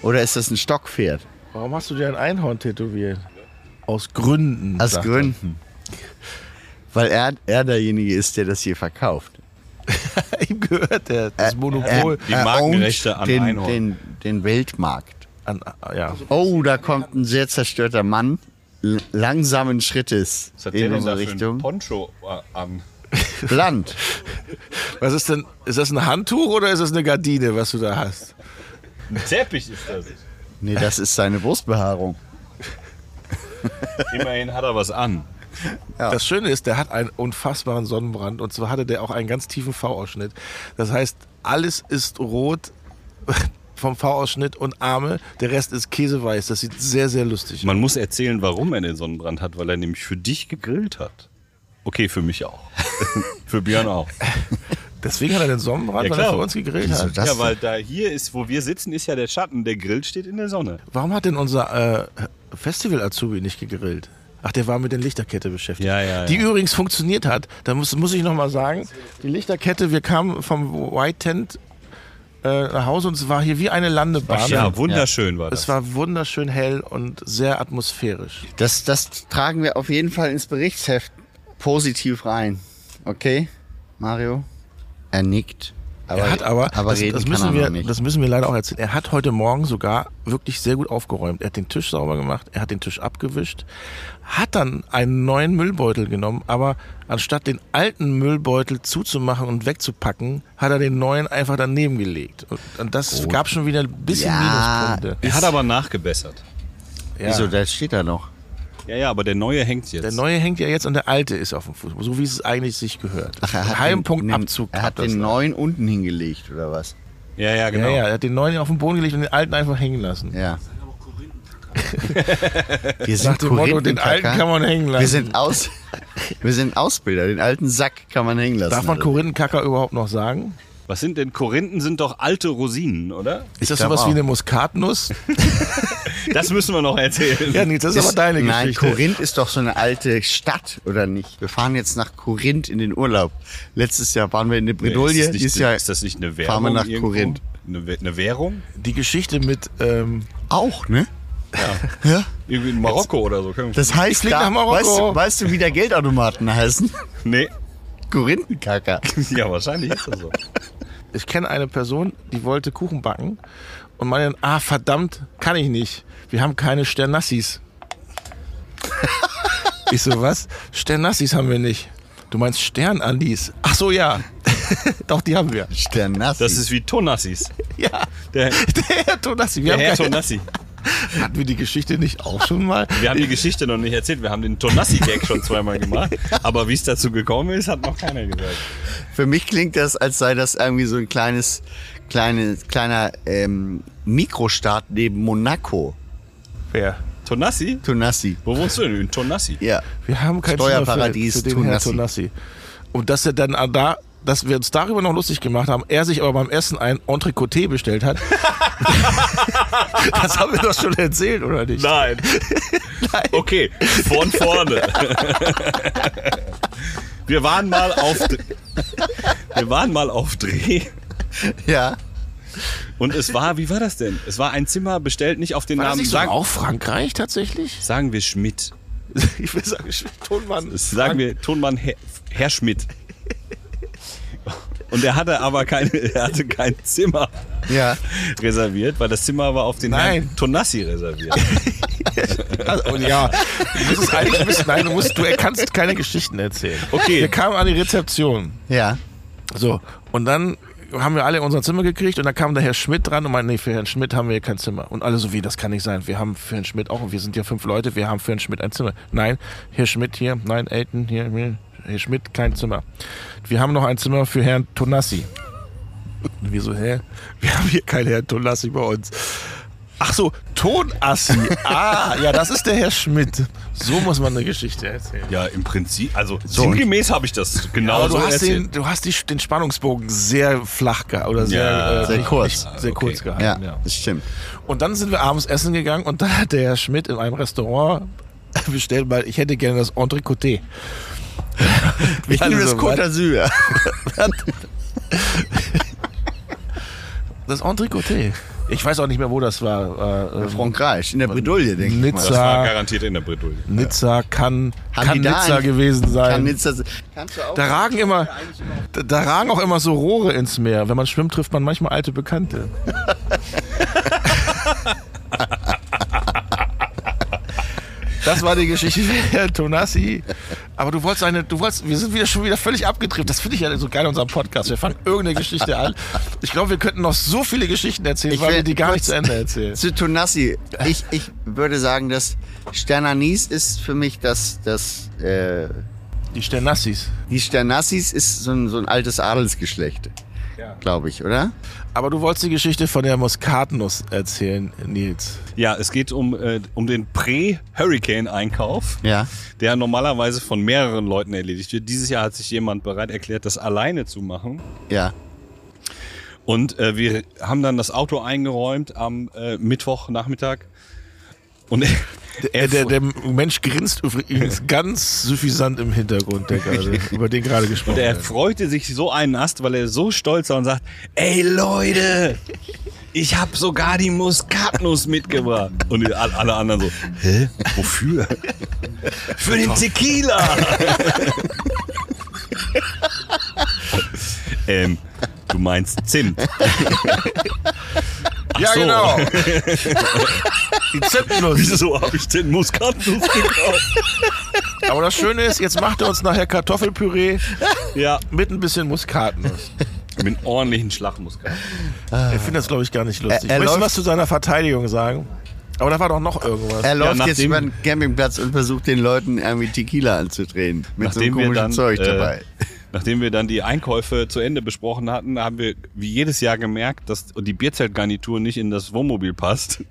G: Oder ist das ein Stockpferd?
F: Warum hast du dir ein Einhorn tätowiert? Aus Gründen.
G: Aus
F: sagt er. Hm.
G: Gründen. Weil er, er derjenige ist, der das hier verkauft.
F: Ihm gehört der,
G: Äh,
F: das Monopol.
C: Die
G: Er
C: Markenrechte
G: ownt
C: an
G: den,
C: Einhorn.
G: Den, den Weltmarkt.
F: An, ja.
G: Oh, da kommt ein sehr zerstörter Mann. L- Langsamen Schrittes
C: Was hat der
G: in
C: denn da
G: unsere
C: für ein
G: Richtung.
C: Poncho äh, an?
G: Land.
F: Was ist denn? Ist das ein Handtuch oder ist das eine Gardine, was du da hast?
C: Ein Teppich ist das.
G: Nee, das ist seine Brustbehaarung.
C: Immerhin hat er was an.
F: Das Schöne ist, der hat einen unfassbaren Sonnenbrand und zwar hatte der auch einen ganz tiefen V-Ausschnitt. Das heißt, alles ist rot vom V-Ausschnitt und Arme, der Rest ist käseweiß. Das sieht sehr, sehr lustig aus.
C: Man muss erzählen, warum er den Sonnenbrand hat, weil er nämlich für dich gegrillt hat. Okay, für mich auch. für Björn auch.
F: Deswegen hat er den Sonnenbrand,
C: Ja,
F: weil er
C: klar.
F: für uns gegrillt
G: Wieso
F: hat.
G: das?
C: ja, weil da hier ist, wo wir sitzen, ist ja der Schatten. Der Grill steht in der Sonne.
F: Warum hat denn unser äh, Festival-Azubi nicht gegrillt? Ach, der war mit der Lichterkette beschäftigt.
C: Ja, ja,
F: Die
C: ja.
F: übrigens funktioniert hat. Da muss, muss ich nochmal sagen, die Lichterkette, wir kamen vom White Tent äh, nach Hause und es war hier wie eine Landebahn.
C: Ja, wunderschön war das.
F: es war wunderschön hell und sehr atmosphärisch.
G: Das, das tragen wir auf jeden Fall ins Berichtsheft positiv rein. Okay, Mario? Er nickt. Aber,
F: er hat aber,
G: aber
F: das,
G: reden
F: das, müssen
G: kann er
F: wir,
G: noch nicht.
F: das müssen wir leider auch erzählen. Er hat heute Morgen sogar wirklich sehr gut aufgeräumt. Er hat den Tisch sauber gemacht, er hat den Tisch abgewischt, hat dann einen neuen Müllbeutel genommen, aber anstatt den alten Müllbeutel zuzumachen und wegzupacken, hat er den neuen einfach daneben gelegt. Und, und das gab schon wieder ein bisschen
G: Ja.
F: Minuspunkte.
C: er hat aber nachgebessert.
F: Ja.
G: Wieso, da steht er noch.
C: Ja, ja, aber der neue hängt jetzt.
F: Der neue hängt ja jetzt und der alte ist auf dem Fuß, so wie es eigentlich sich gehört.
G: Ach, er hat den, den-
F: Heimpunktabzug.
G: Er hat
F: das.
G: den neuen unten hingelegt, oder was?
C: ja, ja, genau.
F: Ja, ja, er hat den neuen auf den Boden gelegt und den alten einfach hängen lassen.
G: Ja. Wir
F: Nach
G: sind
F: dem Motto, den alten
G: Korinthenkacker.
F: kann man hängen lassen.
G: Wir sind, aus, wir sind Ausbilder. Den alten Sack kann man hängen lassen.
F: Darf man
G: Also,
F: Korinthenkacker überhaupt noch sagen?
C: Was sind denn Korinthen? Sind doch alte Rosinen, oder?
K: Ist das sowas wie eine Muskatnuss?
C: Das müssen wir noch erzählen.
K: Ja, Nils, das ist aber deine
G: Nein,
K: Geschichte.
G: Korinth ist doch so eine alte Stadt, oder nicht? Wir fahren jetzt nach Korinth in den Urlaub. Letztes Jahr waren wir in der
C: ist,
G: Bredouille,
C: das nicht,
G: dieses Jahr
C: ist das nicht eine Währung?
G: fahren wir nach
C: irgendwo?
G: Korinth.
C: Eine, Wäh- eine Währung?
K: Die Geschichte mit, ähm,
G: Auch, ne? Ja.
C: Irgendwie in Marokko oder so. Können wir-
G: Das heißt,
K: flieg
G: da,
K: nach Marokko.
G: Weißt, du, weißt du, wie da Geldautomaten heißen?
C: nee.
G: Korinthenkacker.
C: Ja, wahrscheinlich ist das so.
F: ich kenne eine Person, die wollte Kuchen backen und meinte, dann, ah verdammt, kann ich nicht. Wir haben keine Sternassis. ich so, was? Sternassis haben wir nicht. Du meinst Sternandis? Ach so, ja. Doch, die haben wir.
G: Sternassi.
C: Das ist wie Tonassis.
F: Ja.
C: Der,
F: Der Herr Tonassi. Wir
C: der Herr
F: haben keine,
C: Tonassi.
F: hatten wir die Geschichte nicht auch schon mal?
C: Wir haben die Geschichte noch nicht erzählt. Wir haben den Tonassi-Gag schon zweimal gemacht. Aber wie es dazu gekommen ist, hat noch keiner gesagt.
G: Für mich klingt das, als sei das irgendwie so ein kleines, kleines kleiner ähm, Mikrostaat neben Monaco.
F: Wer?
C: Tonassi?
G: Tonassi.
C: Wo wohnst du denn? In Tonassi.
G: Ja.
F: Wir haben kein
G: Steuerparadies
F: Steuerparadies für, für den Herrn
G: Tonassi.
F: Tonassi. Und dass er dann an da, dass wir uns darüber noch lustig gemacht haben, er sich aber beim Essen ein Entrecoté bestellt hat. das haben wir doch schon erzählt, oder nicht?
C: Nein. Okay, von vorne. Wir waren mal auf Wir waren mal auf Dreh
G: Ja.
C: und es war, wie war das denn? Es war ein Zimmer bestellt nicht auf den
F: War das
C: Namen
F: nicht sogar
C: sagen,
F: auch Frankreich tatsächlich?
C: sagen wir Schmidt.
F: Ich will sagen, Tonmann.
C: Das sagen wir Tonmann Herr, Herr Schmidt. Und er hatte aber keine, er hatte kein Zimmer
G: Ja.
C: reserviert, weil das Zimmer war auf den
F: Nein.
C: Herrn Tonassi reserviert.
F: Also, ja, du musst es eigentlich wissen. Nein, du, musst, du kannst keine Geschichten erzählen.
C: Okay.
F: Wir kamen an die Rezeption.
G: Ja.
F: So, und dann haben wir alle unser Zimmer gekriegt und da kam der Herr Schmidt dran und meinte, nee, für Herrn Schmidt haben wir hier kein Zimmer. Und alle so, wie, das kann nicht sein. Wir haben für Herrn Schmidt auch, wir sind ja fünf Leute, wir haben für Herrn Schmidt ein Zimmer. Nein, Herr Schmidt hier, nein, Elton hier, mir, Herr Schmidt kein Zimmer. Wir haben noch ein Zimmer für Herrn Tonassi. Und wir so, hä? Wir haben hier keinen Herrn Tonassi bei uns. Ach so, Tonassi. Ah, ja, das ist der Herr Schmidt. So muss man eine Geschichte erzählen.
C: Ja, im Prinzip, also
G: und-
C: sinngemäß habe ich das genau
F: Aber
C: so
F: du hast,
C: erzählt.
F: den, du hast die, den Spannungsbogen sehr flach gehalten. Oder sehr,
C: Ja,
F: äh,
G: sehr
F: nicht-
G: kurz.
F: Nicht, sehr kurz
G: Ja,
F: gehalten. Ja.
G: das stimmt.
F: Und dann sind wir abends essen gegangen und da hat der Herr Schmidt in einem Restaurant bestellt, weil ich hätte gerne das Entrecoté.
G: Ich
F: alle
G: nehme das
F: so,
G: Côte
F: was?
G: d'Azur.
F: Das Entrecoté. Ich weiß auch nicht mehr, wo das war. Äh, äh,
G: Frankreich, in der Bredouille, denke ich. mal.
C: Das war
F: Nizza,
C: garantiert in der Bredouille.
F: Nizza kann,
G: Haben
F: kann
G: die da
F: Nizza
G: eigentlich-
F: gewesen sein.
G: Kann Nizza, kannst du auch
F: da ragen immer, da, da ragen auch immer so Rohre ins Meer. Wenn man schwimmt, trifft man manchmal alte Bekannte. Das war die Geschichte von Herrn Tonassi. Aber du wolltest eine, du wolltest, wir sind wieder schon wieder völlig abgetrifft. Das finde ich ja so geil in unserem Podcast. Wir fangen irgendeine Geschichte an. Ich glaube, wir könnten noch so viele Geschichten erzählen,
G: Ich
F: weil
G: will
F: wir die gar nicht
G: kurz-
F: zu Ende erzählen.
G: Zu Tonassi, ich, ich würde sagen, dass Sternanis ist für mich das, das äh,
F: Die Sternassis.
G: die Sternassis ist so ein, so ein altes Adelsgeschlecht, glaube ich, oder?
F: Aber du wolltest die Geschichte von der Muskatnuss erzählen, Nils.
C: Ja, es geht um, äh, um den Pre-Hurricane-Einkauf,
G: Ja.
C: der normalerweise von mehreren Leuten erledigt wird. Dieses Jahr hat sich jemand bereit erklärt, das alleine zu machen.
G: Ja.
C: Und äh, wir haben dann das Auto eingeräumt am äh, Mittwochnachmittag. Und er,
F: Äh, Der, der, der Mensch grinst übrigens ganz suffisant im Hintergrund, der gerade, über den gerade gesprochen
C: und er
F: wird.
C: freute sich so einen Ast, weil er so stolz war und sagt, ey Leute, ich habe sogar die Muskatnuss mitgebracht. Und die- alle alle anderen so, hä, wofür? Für den Tequila. ähm, du meinst Zimt.
F: Ja,
C: so.
F: genau. Die Zimtnuss.
C: Wieso habe ich denn Muskatnuss gekauft?
F: Aber das Schöne ist, jetzt macht er uns nachher Kartoffelpüree
C: Ja,
F: mit ein bisschen Muskatnuss.
C: mit einem ordentlichen Schlagmuskat.
F: Er findet das, glaube ich, gar nicht lustig.
G: Er- er
F: Möchtest du
G: läuft-
F: was zu seiner Verteidigung sagen? Aber da war doch noch irgendwas.
G: Er läuft jetzt
C: nachdem-
G: über den Campingplatz und versucht den Leuten irgendwie Tequila anzudrehen. Mit so einem komischen Zeug
C: äh,
G: dabei.
C: Nachdem wir dann die Einkäufe zu Ende besprochen hatten, haben wir wie jedes Jahr gemerkt, dass die Bierzeltgarnitur nicht in das Wohnmobil passt.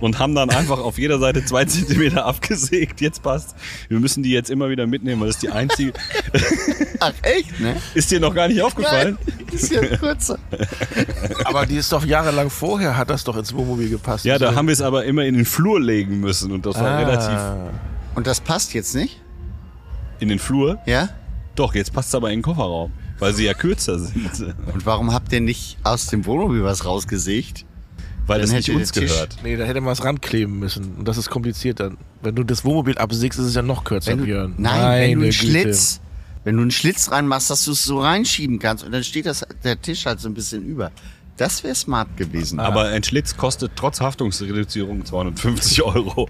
C: und haben dann einfach auf jeder Seite zwei Zentimeter abgesägt. Jetzt passt. Wir müssen die jetzt immer wieder mitnehmen, weil das ist die einzige.
G: Ach echt, ne?
C: Ist dir noch gar nicht aufgefallen?
G: Nein, ist ja kürzer.
F: Aber die ist doch jahrelang vorher, hat das doch ins Wohnmobil gepasst. Also-
C: Ja, da haben wir es aber immer in den Flur legen müssen und das war
F: Ah.
C: relativ
G: Und das passt jetzt nicht?
C: in den Flur.
G: Ja?
C: Doch, jetzt passt es aber in den Kofferraum, weil sie ja kürzer sind.
G: Und warum habt ihr nicht aus dem Wohnmobil was rausgesägt?
C: Weil
G: Dann
C: es nicht
G: hätte der
C: uns
G: Tisch-
C: gehört.
F: Nee, da hätte man was rankleben müssen. Und das ist kompliziert dann. Wenn du das Wohnmobil absägst, ist es ja noch kürzer,
G: Wenn du,
F: Björn.
G: nein, wenn du einen
F: Meine
G: Schlitz, wenn du einen Schlitz reinmachst, dass du es so reinschieben kannst und dann steht das, der Tisch halt so ein bisschen über. Das wäre smart gewesen.
C: Aber ein Schlitz kostet trotz Haftungsreduzierung 250 Euro.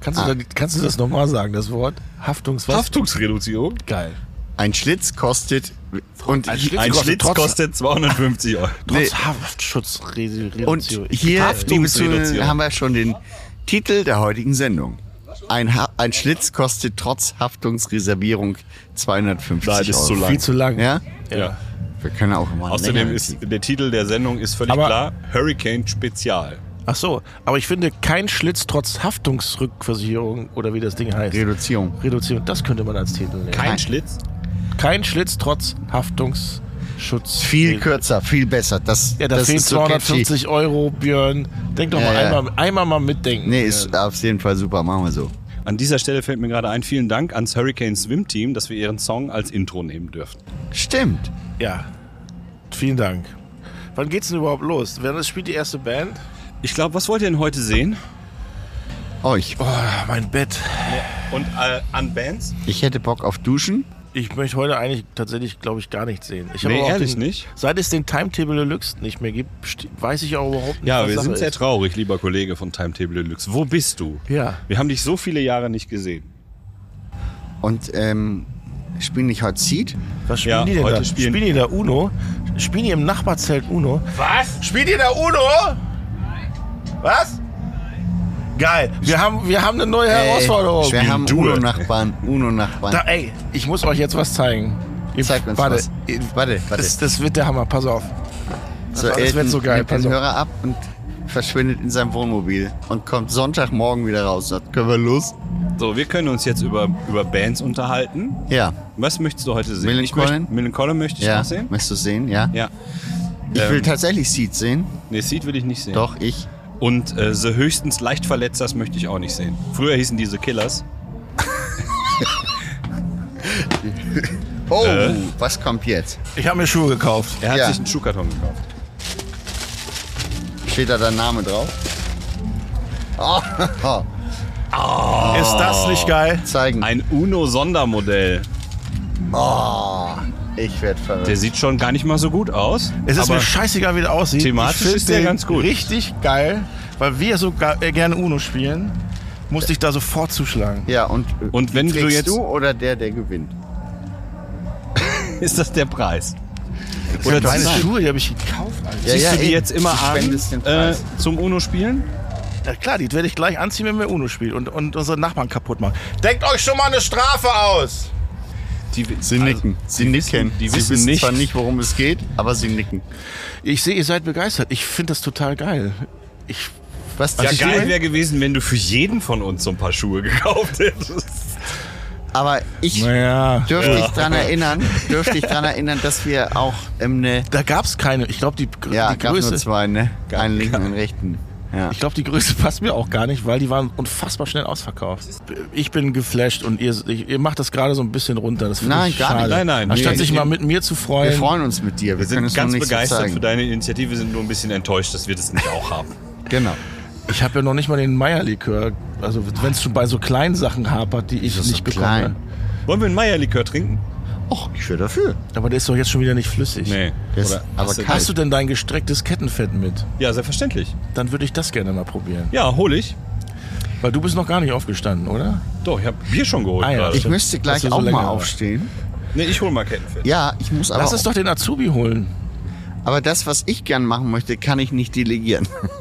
F: Kannst,
G: Ah.
F: du da, kannst du das nochmal sagen, das Wort? Haftungswas?
C: Haftungsreduzierung?
F: Geil.
G: ein Schlitz kostet und
F: Ein Schlitz
C: Ein
F: kostet
C: Schlitz
F: trotz-
C: kostet 250 Euro.
F: Trotz Haftschutzreduzierung.
G: Und hier,
C: um
G: liebe Zuhörer,
C: Haftungsreduzierung.
G: haben wir schon den Titel der heutigen Sendung. Ein, ha ein Schlitz kostet trotz Haftungsreservierung 250
C: Nein, das ist
G: Euro.
C: zu lang.
F: viel zu lang.
G: Ja?
C: Ja.
G: Wir können auch mal
C: Außerdem
G: länger
C: ist
G: ziehen.
C: der Titel der Sendung ist völlig
F: Aber-
C: klar: Hurricane Spezial.
F: Ach so, aber ich finde kein Schlitz trotz Haftungsrückversicherung oder wie das Ding heißt.
G: Reduzierung.
F: Reduzierung, das könnte man als Titel nehmen.
C: Kein
G: Nein.
C: Schlitz?
F: Kein Schlitz trotz Haftungsschutz.
G: Viel kürzer, viel besser. Das,
F: Ja, da
G: das
F: fehlen
G: ist so catchy.
F: 250 Euro, Björn. Denk doch
G: Ja,
F: mal
G: ja.
F: Einmal, einmal mal mitdenken.
G: Nee, ist auf jeden Fall super. Machen wir so.
C: An dieser Stelle fällt mir gerade ein: Vielen Dank ans Hurricane Swim Team, dass wir ihren Song als Intro nehmen dürfen.
G: Stimmt.
F: Ja. Vielen Dank. Wann geht's denn überhaupt los? Wer das spielt die erste Band?
C: Ich glaube, was wollt ihr denn heute sehen?
G: Euch.
F: Ah, mein Bett.
C: Und äh, an Bands?
G: Ich hätte Bock auf Duschen.
F: Ich möchte heute eigentlich tatsächlich, glaube ich, gar nichts sehen. Ich habe
C: Nee,
F: aber auch
C: ehrlich
F: den,
C: nicht.
F: Seit es den Timetable Deluxe nicht mehr gibt, st- weiß ich auch überhaupt nicht,
C: Ja,
F: was
C: wir
F: Sache
C: sind sehr
F: ist.
C: traurig, lieber Kollege von Timetable Deluxe. Wo bist du?
F: Ja.
C: Wir haben dich so viele Jahre nicht gesehen.
G: Und ähm, spielen nicht Hot Seat?
F: Was spielen
C: Ja,
F: die denn
C: heute
F: da?
C: spielen-
F: die da Uno? Spielen die im Nachbarzelt Uno? Was? Spielen die da Uno? Was? Geil. Wir haben, wir haben eine neue Herausforderung.
G: Äh, Wir haben
C: Duel.
G: UNO-Nachbarn. UNO-Nachbarn.
F: Da, ey, ich muss euch jetzt was zeigen. Ihr-
G: Zeig uns
F: warte,
G: was.
F: ihr-
G: Warte, warte.
F: Das, das wird der Hammer. Pass auf.
G: So,
F: das wird
G: Elton
F: so geil,
G: nimmt
F: pass
G: den
F: auf.
G: Hörer ab und verschwindet in seinem Wohnmobil und kommt Sonntagmorgen wieder raus. Sagt, können wir los?
C: So, wir können uns jetzt über, über Bands unterhalten.
G: Ja.
C: Was möchtest du heute sehen?
G: Millen
C: Ich möchte-
G: Collin?
C: Millen Collin möchte ich
G: ja.
C: noch sehen.
G: Möchtest du sehen? Ja.
C: Ja.
G: Ich
C: Ähm,
G: will tatsächlich Seed sehen.
C: Nee, Seed will ich nicht sehen.
G: Doch, ich.
C: Und äh, The Höchstens leicht verletzt, das möchte ich auch nicht sehen. Früher hießen diese Killers.
G: Oh,
C: Äh.
G: was kommt jetzt?
F: Ich habe mir Schuhe gekauft.
C: Er hat
G: Ja.
C: sich einen Schuhkarton gekauft.
G: Steht da dein Name drauf? Oh,
F: Ist das nicht geil?
G: zeigen.
C: Ein Uno-Sondermodell.
G: Oh, ich werde verrückt.
C: Der sieht schon gar nicht mal so gut aus.
F: Es ist
C: aber
F: mir scheißegal, wie der aussieht.
C: thematisch
F: Ich find
C: ist der
F: den
C: ganz gut.
F: Richtig geil, weil wir so ga- äh, gerne Uno spielen, musste ich da sofort zuschlagen.
G: Ja, und,
C: Und wenn du
G: kriegst
C: jetzt-
G: du oder der, der gewinnt?
C: ist das der Preis.
F: Oder
G: kann
F: deine
G: sein.
F: Schuhe, die habe ich gekauft. Alter.
G: Ja,
C: Siehst
G: ja,
C: du die
G: eben.
C: jetzt immer
G: Du
C: an
G: spendest den
C: äh,
G: Preis.
C: zum Uno-Spielen?
F: Ja, klar, die werde ich gleich anziehen, wenn wir Uno spielen und, und unsere Nachbarn kaputt machen. Denkt euch schon mal eine Strafe aus!
C: Die, also,
G: Sie nicken. Sie nicken.
C: die
G: sie
C: wissen
G: wissen
C: nicht.
G: zwar nicht, worum es geht, aber sie nicken.
F: Ich sehe, ihr seid begeistert. Ich finde das total geil. Ich,
G: Was
C: ja,
G: die
C: geil
G: Schuhe-
C: wäre gewesen, wenn du für jeden von uns so ein paar Schuhe gekauft hättest.
G: Aber ich
F: naja.
G: dürfte ich dran erinnern, dürfte ich dran erinnern, dass wir auch ähm, eine
F: Da gab es keine. Ich glaube, die, Gr-
G: ja,
F: die
G: gab nur
F: Größe.
G: zwei, ne?
C: Gab-
G: einen linken und einen rechten. Ja.
F: Ich glaube, die Größe passt mir auch gar nicht, weil die waren unfassbar schnell ausverkauft. Ich bin geflasht und ihr, ich- ihr macht das gerade so ein bisschen runter. Das finde
G: Nein,
F: ich
G: gar
F: schade.
G: nicht.
C: Nein, nein,
F: Anstatt
C: nee.
F: sich mal mit mir zu
G: Wir
F: freuen.
G: freuen uns mit dir. Wir,
C: Wir
G: können
C: sind
G: es
C: ganz
G: noch nicht so
C: begeistert
G: zeigen.
C: für deine Initiative, sind nur ein bisschen enttäuscht, dass wir das nicht auch haben.
G: Genau.
F: Ich habe ja noch nicht mal den Meierlikör. Also wenn es schon bei so kleinen Sachen hapert, die ich
G: Das ist
F: nicht
G: so
F: bekomme.
G: klein.
C: Wollen wir einen Meierlikör trinken?
G: Mhm. Och, ich wäre dafür.
F: Aber der ist doch jetzt schon wieder nicht flüssig.
G: Der ist
C: Oder
G: aber
C: hast du-
G: kalt.
F: Hast du denn dein gestrecktes Kettenfett mit?
C: Ja, selbstverständlich.
F: Dann würde ich das gerne mal probieren.
C: Ja, hol ich.
F: Weil du bist noch gar nicht aufgestanden, oder?
C: Doch, ich habe Bier schon geholt
F: Ah, ja.
C: gerade.
G: Ich müsste gleich
F: Dass du so
G: auch
F: länger
G: mal
F: war.
G: aufstehen.
C: nee, ich hol mal Kettenfett.
G: Ja, ich muss aber.
F: Lass uns
G: auch-
F: doch den Azubi holen.
G: Aber das, was ich gern machen möchte, kann ich nicht delegieren.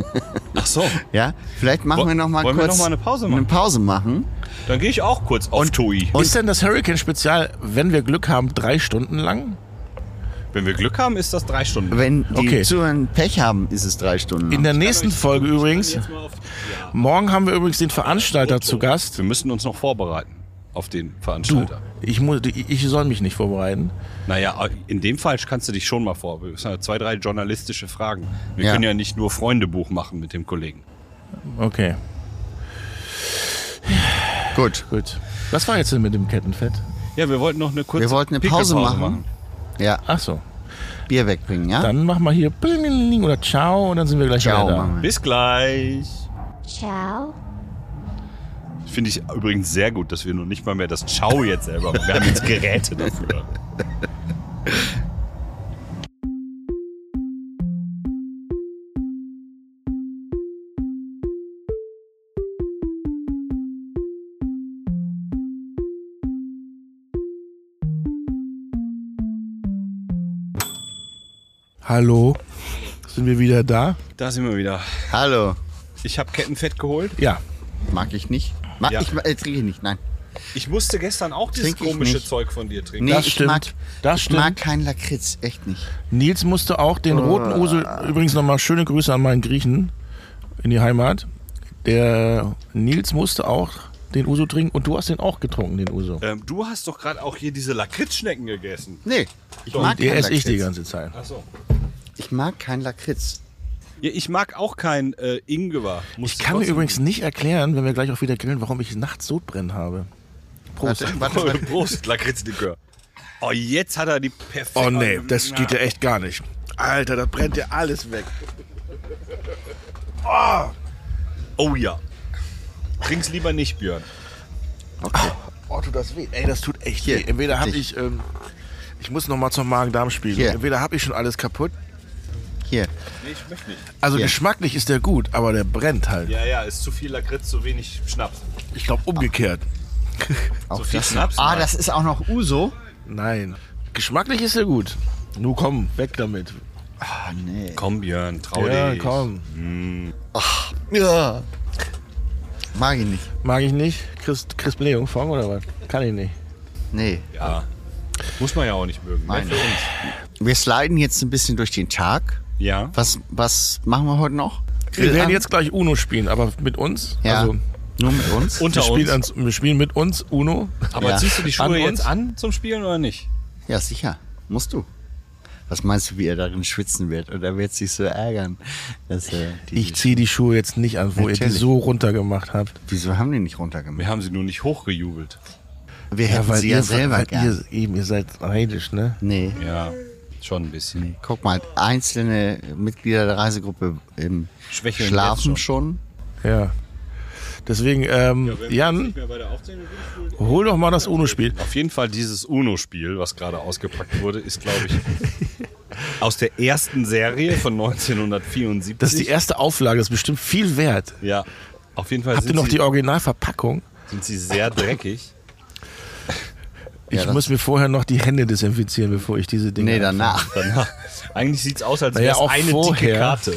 C: Ach so.
G: Ja, vielleicht machen
C: Wo-
G: wir noch mal
C: wollen wir
G: kurz
C: noch mal eine Pause machen?
G: Eine Pause machen.
C: Dann gehe ich auch kurz auf Tui.
F: ist denn das Hurricane-Spezial, wenn wir Glück haben, drei Stunden lang?
C: Wenn wir Glück haben, ist das drei Stunden.
G: Wenn die
C: Okay.
G: Zuhörer Pech haben, ist es drei Stunden.
F: In der nächsten Folge übrigens. Morgen haben wir übrigens den Veranstalter zu Gast.
C: Wir müssen uns noch vorbereiten auf den Veranstalter.
F: Ich, muss, ich soll mich nicht vorbereiten.
C: Naja, in dem Fall kannst du dich schon mal vorbereiten. Das sind ja zwei, drei journalistische Fragen. Wir
F: Ja.
C: können ja nicht nur Freundebuch machen mit dem Kollegen.
F: Okay.
G: Gut.
F: Gut. Was war jetzt denn mit dem Kettenfett?
C: Ja, wir wollten noch eine kurze
F: Wir wollten eine Pause
C: Pickelpause
F: machen.
G: Ja.
F: Ach so.
G: Bier wegbringen, ja?
F: Dann machen wir hier Plingeling oder Ciao und dann sind wir gleich
G: Ah. Ciao,
F: wieder
G: machen
F: da.
C: Bis gleich.
I: Ciao.
C: Finde ich übrigens sehr gut, dass wir noch nicht mal mehr das Ciao jetzt selber machen. Wir haben jetzt Geräte dafür.
F: Hallo. Sind wir wieder da?
C: Da sind wir wieder.
G: Hallo.
C: Ich habe Kettenfett geholt.
F: Ja.
G: Mag ich nicht. Mag
C: Ja.
G: ich, äh, trinke ich nicht, nein.
C: Ich musste gestern auch dieses
G: Trink ich
C: komische
G: nicht.
C: Zeug von dir trinken.
G: Nee,
F: Das
G: ich
F: stimmt.
G: Mag,
F: Das
G: ich
F: stimmt.
G: mag keinen Lakritz, echt nicht.
F: Nils musste auch den roten Usel, übrigens nochmal schöne Grüße an meinen Griechen in die Heimat. Der Nils musste auch den Uso trinken und du hast den auch getrunken, den Uso.
C: Ähm, du hast doch gerade auch hier diese Lakritzschnecken gegessen.
G: Nee, ich
C: Doch.
G: mag
F: Der
G: keinen
F: esse ich die
G: Lakritz.
F: ganze Zeit.
C: Ach so.
G: Ich mag keinen Lakritz.
C: Ja, ich mag auch kein äh, Ingwer. Muss
F: Ich kann mir
C: trotzdem-
F: übrigens nicht erklären, wenn wir gleich auch wieder grillen, warum ich nachts Sodbrennen habe. Also,
G: Warte,
F: Prost.
G: warte, warte.
C: Prost, Lakritzlikör. Oh, jetzt hat er die perfekte.
F: Oh nee, das geht ja echt gar nicht. Alter, das brennt ja alles weg.
C: Oh, oh ja. Trink's lieber nicht, Björn.
F: Oh, tut das weh. Ey, das tut echt
G: Hier,
F: weh. Entweder habe
G: dich.
F: ich, ähm, ich muss noch mal zum Magen-Darm-Spiel.
G: Hier.
F: Entweder habe ich schon alles kaputt.
G: Hier.
C: Nee, ich möchte nicht.
F: Also
G: Hier.
F: geschmacklich ist der gut, aber der brennt halt.
C: Ja, ja, ist zu viel Lakritz, zu wenig Schnaps.
F: Ich glaube umgekehrt.
G: Auch
C: viel
G: das
C: Schnaps,
G: ah,
C: Mann.
G: das ist auch noch Uso.
F: Nein. Geschmacklich ist er gut. Nun komm, weg damit.
G: Ah, nee.
C: Komm, Björn, trau
F: ja,
C: dich.
F: komm.
G: Ja. Mag ich nicht.
F: Mag ich nicht. Chris, Chris Blähung fangen oder was? Kann ich nicht.
G: Nee.
C: Ja. Muss man ja auch nicht mögen.
G: Nein.
C: Ne? Für uns.
G: Wir sliden jetzt ein bisschen durch den Tag.
C: Ja.
G: Was, was machen wir heute noch?
F: Wir werden
G: Grillabend?
F: jetzt gleich Uno spielen, aber mit uns.
G: Ja.
F: Also,
G: Nur mit uns?
F: wir,
C: Unter
F: spielen
C: uns.
F: ans, wir spielen mit uns Uno.
C: Aber
G: Ja.
C: ziehst du die Schuhe
F: An uns?
C: jetzt an zum Spielen oder nicht?
G: Ja, sicher. Musst du. Was meinst du, wie er darin schwitzen wird? Und er wird sich so ärgern, dass er die.
F: Ich ziehe die Schuhe jetzt nicht an, wo ihr die
G: Natürlich.
F: so runtergemacht habt.
G: wieso haben die nicht runtergemacht?
C: Wir haben sie nur nicht hochgejubelt.
G: Wir hätten sie ja
F: ihr-
G: selber
F: weil
G: gern.
F: ihr, eben, ihr seid neidisch, ne?
G: nee.
C: Ja, schon ein bisschen.
G: Guck mal, einzelne Mitglieder der Reisegruppe ähm,
C: Schwächeln
G: schlafen
C: jetzt
G: schon.
F: Ja. Deswegen, ähm, Jan, hol doch mal das Uno-Spiel.
C: Auf jeden Fall dieses UNO-Spiel, was gerade ausgepackt wurde, ist, glaube ich, aus der ersten Serie von 1974.
F: Das ist die erste Auflage, das ist bestimmt viel wert.
C: Ja, auf jeden Fall
F: Habt ihr
C: sind,
F: noch
C: sie,
F: die Originalverpackung?
C: sind sie sehr dreckig.
F: Ich
G: das-
F: muss mir vorher noch die Hände desinfizieren, bevor ich diese Dinge.
G: Nee, danach.
C: Danach, eigentlich sieht es aus, als
F: Naja,
C: wäre es
F: auch
C: eine dicke
F: vorher.
C: Karte.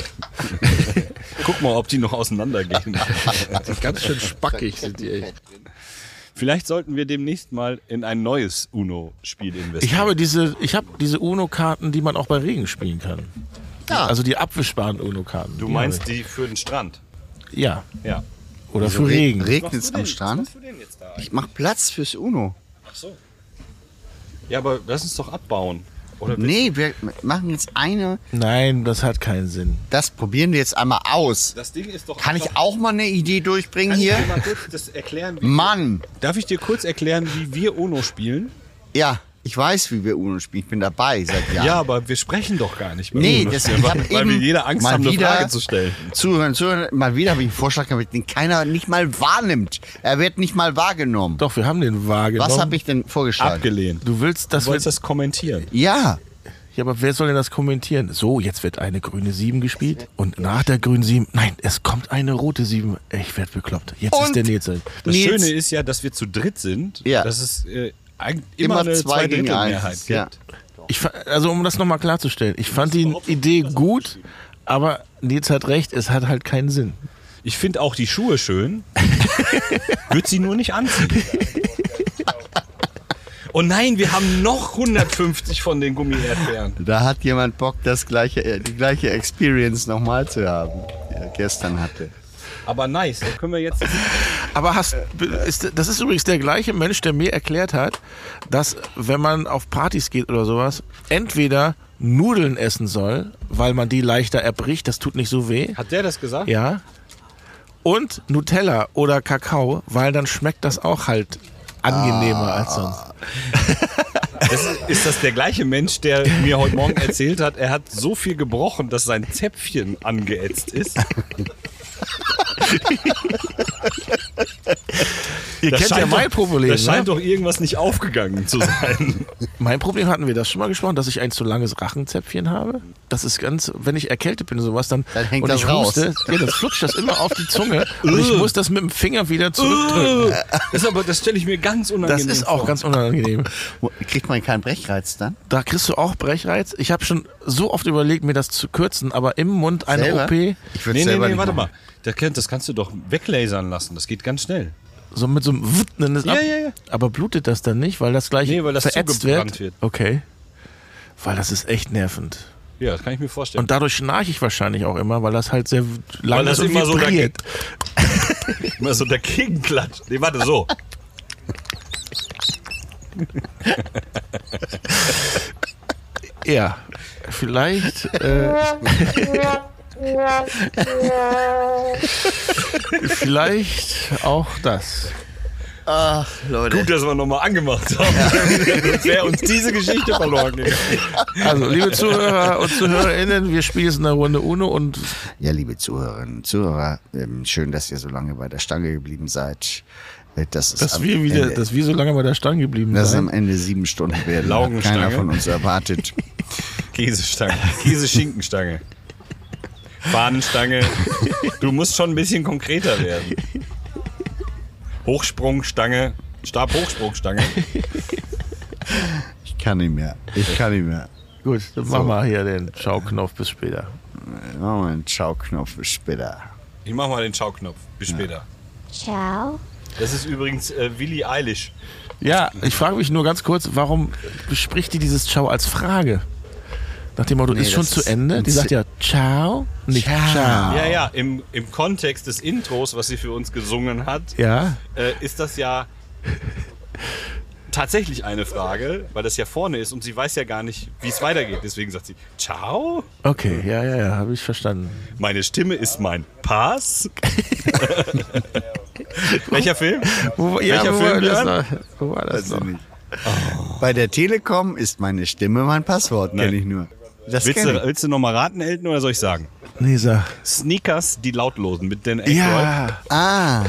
C: Guck mal, ob die noch auseinandergehen.
F: Ganz schön spackig sind die echt.
C: Vielleicht sollten wir demnächst mal in ein neues UNO-Spiel investieren.
F: Ich habe diese, ich habe diese Uno-Karten, die man auch bei Regen spielen kann.
G: Ja.
F: Also die abwischbaren Uno-Karten.
C: du
F: Die
C: meinst
F: habe
C: die für den Strand?
F: ich. Ja.
C: Ja.
F: Oder für Regen.
G: Regnet es am
C: Was
G: Strand?
C: machst du denn jetzt da?
G: Ich mach Platz fürs UNO.
C: Ach so. Ja, aber lass uns doch abbauen. Oder willst
G: Nee, wir machen jetzt eine.
F: Nein, das hat keinen Sinn.
G: Das probieren wir jetzt einmal aus.
C: du- Das Ding ist doch.
G: Kann ich
C: einfach-
G: auch mal eine Idee durchbringen
C: Kann ich dir
G: hier?
C: mal kurz das erklären? Wie,
G: Mann!
C: darf ich dir kurz erklären, wie wir UNO spielen?
G: Ja, ich weiß, wie wir UNO spielen. Ich bin dabei seit Jahren.
C: Ja, aber wir sprechen doch gar nicht. mehr.
G: Nee, das, ich hab
C: weil, weil
G: eben
C: wir jeder Angst
G: mal
C: haben, eine
G: wieder-
C: Frage zu stellen.
G: Zuhören, zuhören. Mal wieder habe ich einen Vorschlag gemacht, den keiner nicht mal wahrnimmt. Er wird nicht mal wahrgenommen.
F: Doch, wir haben den wahrgenommen.
G: Was habe ich denn vorgeschlagen?
C: Abgelehnt.
F: Du willst, dass
C: Du
F: wir.
C: wolltest das kommentieren.
G: ja,
F: Ja, aber wer soll denn das kommentieren? So, jetzt wird eine grüne 7 gespielt und nach der grünen 7, nein, es kommt eine rote 7. Ich werde bekloppt. Jetzt ist
G: Und-
F: der Nils.
C: Das
G: Nils-
C: Schöne ist ja, dass wir zu dritt sind.
G: Ja.
C: Dass es äh, eig- immer,
G: immer,
C: eine
G: zwei gegen
C: Zweidrittelmehrheit
G: eins. Ja.
C: gibt.
F: Ich, fa- also um das nochmal klarzustellen, ich fand die Idee gut, aber Nils hat recht, es hat halt keinen Sinn.
C: Ich finde auch die Schuhe schön. Würde sie nur nicht anziehen. Oh nein, wir haben noch 150 von den Gummi-Erdbeeren.
G: Da hat jemand Bock, das gleiche, äh, die gleiche Experience nochmal zu haben, die er gestern hatte.
C: Aber nice, dann können wir jetzt.
F: Aber hast, ist, das ist übrigens der gleiche Mensch, der mir erklärt hat, dass wenn man auf Partys geht oder sowas, entweder Nudeln essen soll, weil man die leichter erbricht, das tut nicht so weh.
C: Hat der das gesagt?
F: Ja. Und Nutella oder Kakao, weil dann schmeckt das auch halt angenehmer als sonst.
C: Das ist, ist das der gleiche Mensch, der mir heute Morgen erzählt hat, er hat so viel gebrochen, dass sein Zäpfchen angeätzt ist?
F: Ihr
C: Das
F: kennt ja
C: scheint doch-
F: mein Problem.
C: Das scheint
F: ne?
C: doch irgendwas nicht aufgegangen zu sein.
F: Mein Problem hatten wir das schon mal gesprochen, dass ich ein zu langes Rachenzäpfchen habe. Das ist ganz, wenn ich erkältet bin und sowas, dann,
G: Dann hängt
F: und
G: das
F: ich
G: raus.
F: huste, ja, dann flutscht das immer auf die Zunge und ich
C: Ugh.
F: muss das mit dem Finger wieder zurückdrücken.
C: Das, ist aber- das stelle ich mir ganz
F: Das
C: unangenehm
F: ist auch
C: vor.
F: ganz unangenehm.
G: Kriegt man keinen Brechreiz dann?
F: Da kriegst du auch Brechreiz. Ich habe schon so oft überlegt, mir das zu kürzen, aber im Mund eine
G: Selber?
F: OP,
G: Ich würde
C: Nee, nee,
G: selber
C: nee,
G: nicht
C: warte
G: machen.
C: mal. Das, kann- das kannst du doch weglasern lassen. Das geht ganz schnell.
F: so mit so einem Wutt, dann ist
C: Ja,
F: ab.
C: ja, ja.
F: Aber blutet das dann nicht, weil das gleich
C: Nee, weil das
F: verätzt
C: zugebrannt wird.
F: wird? Okay. Weil das ist echt nervend.
C: Ja, das kann ich mir vorstellen.
F: Und dadurch schnarche ich wahrscheinlich auch immer, weil das halt sehr
C: Weil
F: lang
C: das
F: ist und
C: immer so
F: vibriert.
C: Immer so dagegen klatscht. Nee, warte, so.
F: Ja, vielleicht. Äh, vielleicht auch das.
G: Ach, Leute.
C: Gut, dass wir nochmal angemacht haben. Sonst Wäre uns diese Geschichte verloren gegangen.
F: Also, liebe Zuhörer und ZuhörerInnen, wir spielen jetzt in der Runde Uno und
G: Ja, liebe Zuhörerinnen und Zuhörer, ähm, schön, dass ihr so lange bei der Stange geblieben seid. Äh, Das ist
F: dass
G: am
F: wir wieder,
G: Ende,
F: dass wir so lange bei der Stange geblieben
G: dass es am
F: sind.
G: Ende sieben Stunden werden. Hat
C: Laugenstange.
G: keiner von uns erwartet.
C: Käsestange. Käseschinkenstange. Fahnenstange. Du musst schon ein bisschen konkreter werden. Hochsprungstange. Stabhochsprungstange.
G: Ich kann nicht mehr. Ich kann nicht mehr.
F: Gut, dann machen wir hier den Schauknopf bis später.
G: Machen wir einen Schauknopf bis später.
C: Ich mach mal den Schauknopf. Bis später.
I: ciao,
C: Das ist übrigens äh, Willi Eilish.
F: Ja, ich frage mich nur ganz kurz, warum bespricht die dieses Ciao als Frage? Nach dem Motto, ist schon
G: das
F: zu
G: ist
F: Ende?
G: ein
F: Die sagt
G: Z-
F: ja Ciao, nicht
G: Ciao.
F: Ciao.
C: Ja, ja, im, im Kontext des Intros, was sie für uns gesungen hat,
F: Ja,
C: äh, ist das ja tatsächlich eine Frage, weil das ja vorne ist und sie weiß ja gar nicht, wie es weitergeht. Deswegen sagt sie, ciao,
F: okay, ja, ja, ja, habe ich verstanden.
C: meine Stimme ist mein Pass. Welcher Film?
F: Wo,
C: Welcher
F: wo
C: Film,
F: war das
C: Björn?
F: noch? Wo war das noch?
G: Bei der Telekom ist meine Stimme mein Passwort,
C: Nein.
G: kenne ich nur. Das
C: Willst du,
G: kenn
C: willst du nochmal raten, Elton, oder soll ich sagen?
F: Nee, sag.
C: Sneakers, die lautlosen mit Dan Aykroyd.
F: Ja,
G: ich. Ah.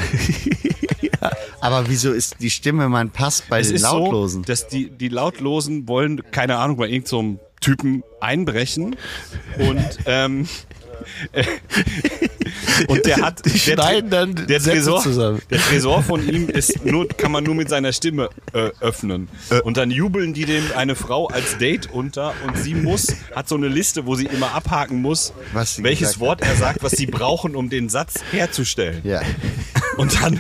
G: Aber wieso ist die Stimme mein Pass bei
C: Es
G: den
C: ist
G: Lautlosen?
C: so, dass die, die Lautlosen wollen, keine Ahnung, bei irgendeinem so einem Typen einbrechen und ähm, und der hat
F: Die schneiden
C: der,
F: dann
C: der
F: Sätze
C: Tresor
F: zusammen.
C: der Tresor von ihm ist nur kann man nur mit seiner Stimme äh, öffnen und dann jubeln die dem eine Frau als Date unter und sie muss hat so eine Liste wo sie immer abhaken muss
G: Was sie
C: welches
G: gesagt
C: Wort er sagt was sie brauchen um den Satz herzustellen
G: ja.
C: und dann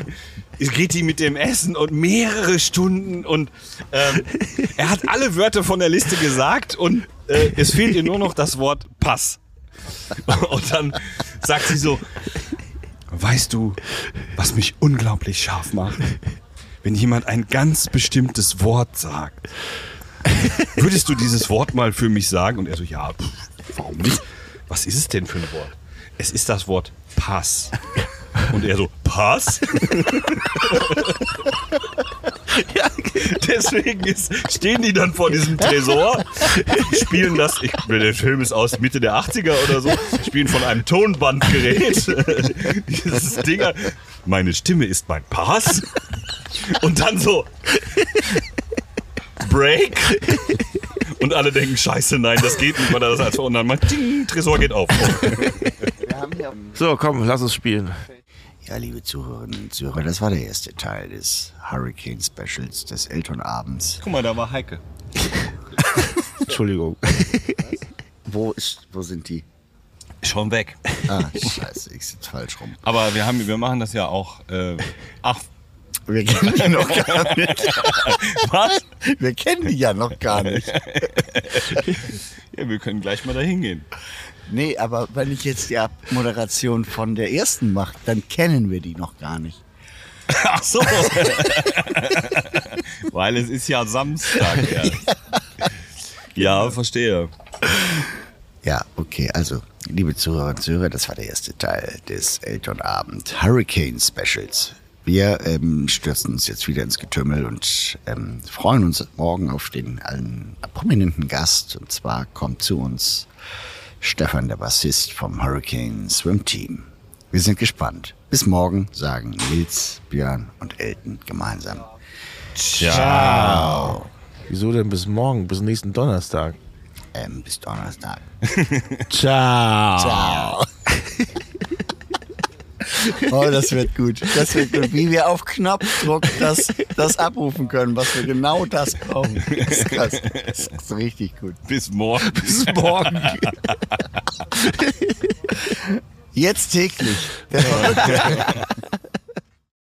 C: geht die mit dem Essen und mehrere Stunden und ähm, er hat alle Wörter von der Liste gesagt und äh, es fehlt ihr nur noch das Wort Pass. Und dann sagt sie so, weißt du, was mich unglaublich scharf macht? Wenn jemand ein ganz bestimmtes Wort sagt. Würdest du dieses Wort mal für mich sagen? Und er so, ja, pff, warum nicht? Was ist es denn für ein Wort? Es ist das Wort Pass. Und er so, Pass? ja, deswegen ist, stehen die dann vor diesem Tresor, spielen das, ich, der Film ist aus Mitte der 80er oder so, spielen von einem Tonbandgerät dieses Ding. an. Meine Stimme ist mein Pass. Und dann so, Break. Und alle denken, scheiße, nein, das geht nicht, weil er das als und dann macht, ding, Tresor geht auf. Oh,
F: so, komm, lass uns spielen.
G: Ja, liebe Zuhörerinnen und Zuhörer, das war der erste Teil des Hurricane Specials des Elternabends.
C: Guck mal, da war Heike.
F: Entschuldigung.
G: Wo ist, wo sind die?
C: Schon weg.
G: Ah, scheiße, ich sitze falsch rum.
C: Aber wir, haben, wir machen das ja auch. Äh, ach,
G: Wir kennen die noch gar nicht.
C: Was?
G: Wir kennen die ja noch gar nicht.
C: Ja, wir können gleich mal da hingehen.
G: Nee, aber wenn ich jetzt die Moderation von der ersten mache, dann kennen wir die noch gar nicht.
C: Ach so. Weil es ist ja Samstag. Ja, ja verstehe.
G: Ja, okay, also, liebe Zuhörerinnen und Zuhörer, das war der erste Teil des Elternabend Hurricane Specials. Wir ähm, stürzen uns jetzt wieder ins Getümmel und ähm, freuen uns morgen auf den einen prominenten Gast. Und zwar kommt zu uns Stefan, der Bassist vom Hurricane Swim Team. Wir sind gespannt. Bis morgen sagen Nils, Björn und Elton gemeinsam.
F: Ciao. Wieso denn bis morgen, bis nächsten Donnerstag?
G: Ähm, bis Donnerstag.
F: Ciao.
G: Ciao. Oh, das wird gut. Das wird gut. Wie wir auf Knopfdruck das, das abrufen können, was wir genau das brauchen. Das ist krass. Das ist richtig gut.
C: Bis morgen.
G: Bis morgen. Jetzt täglich.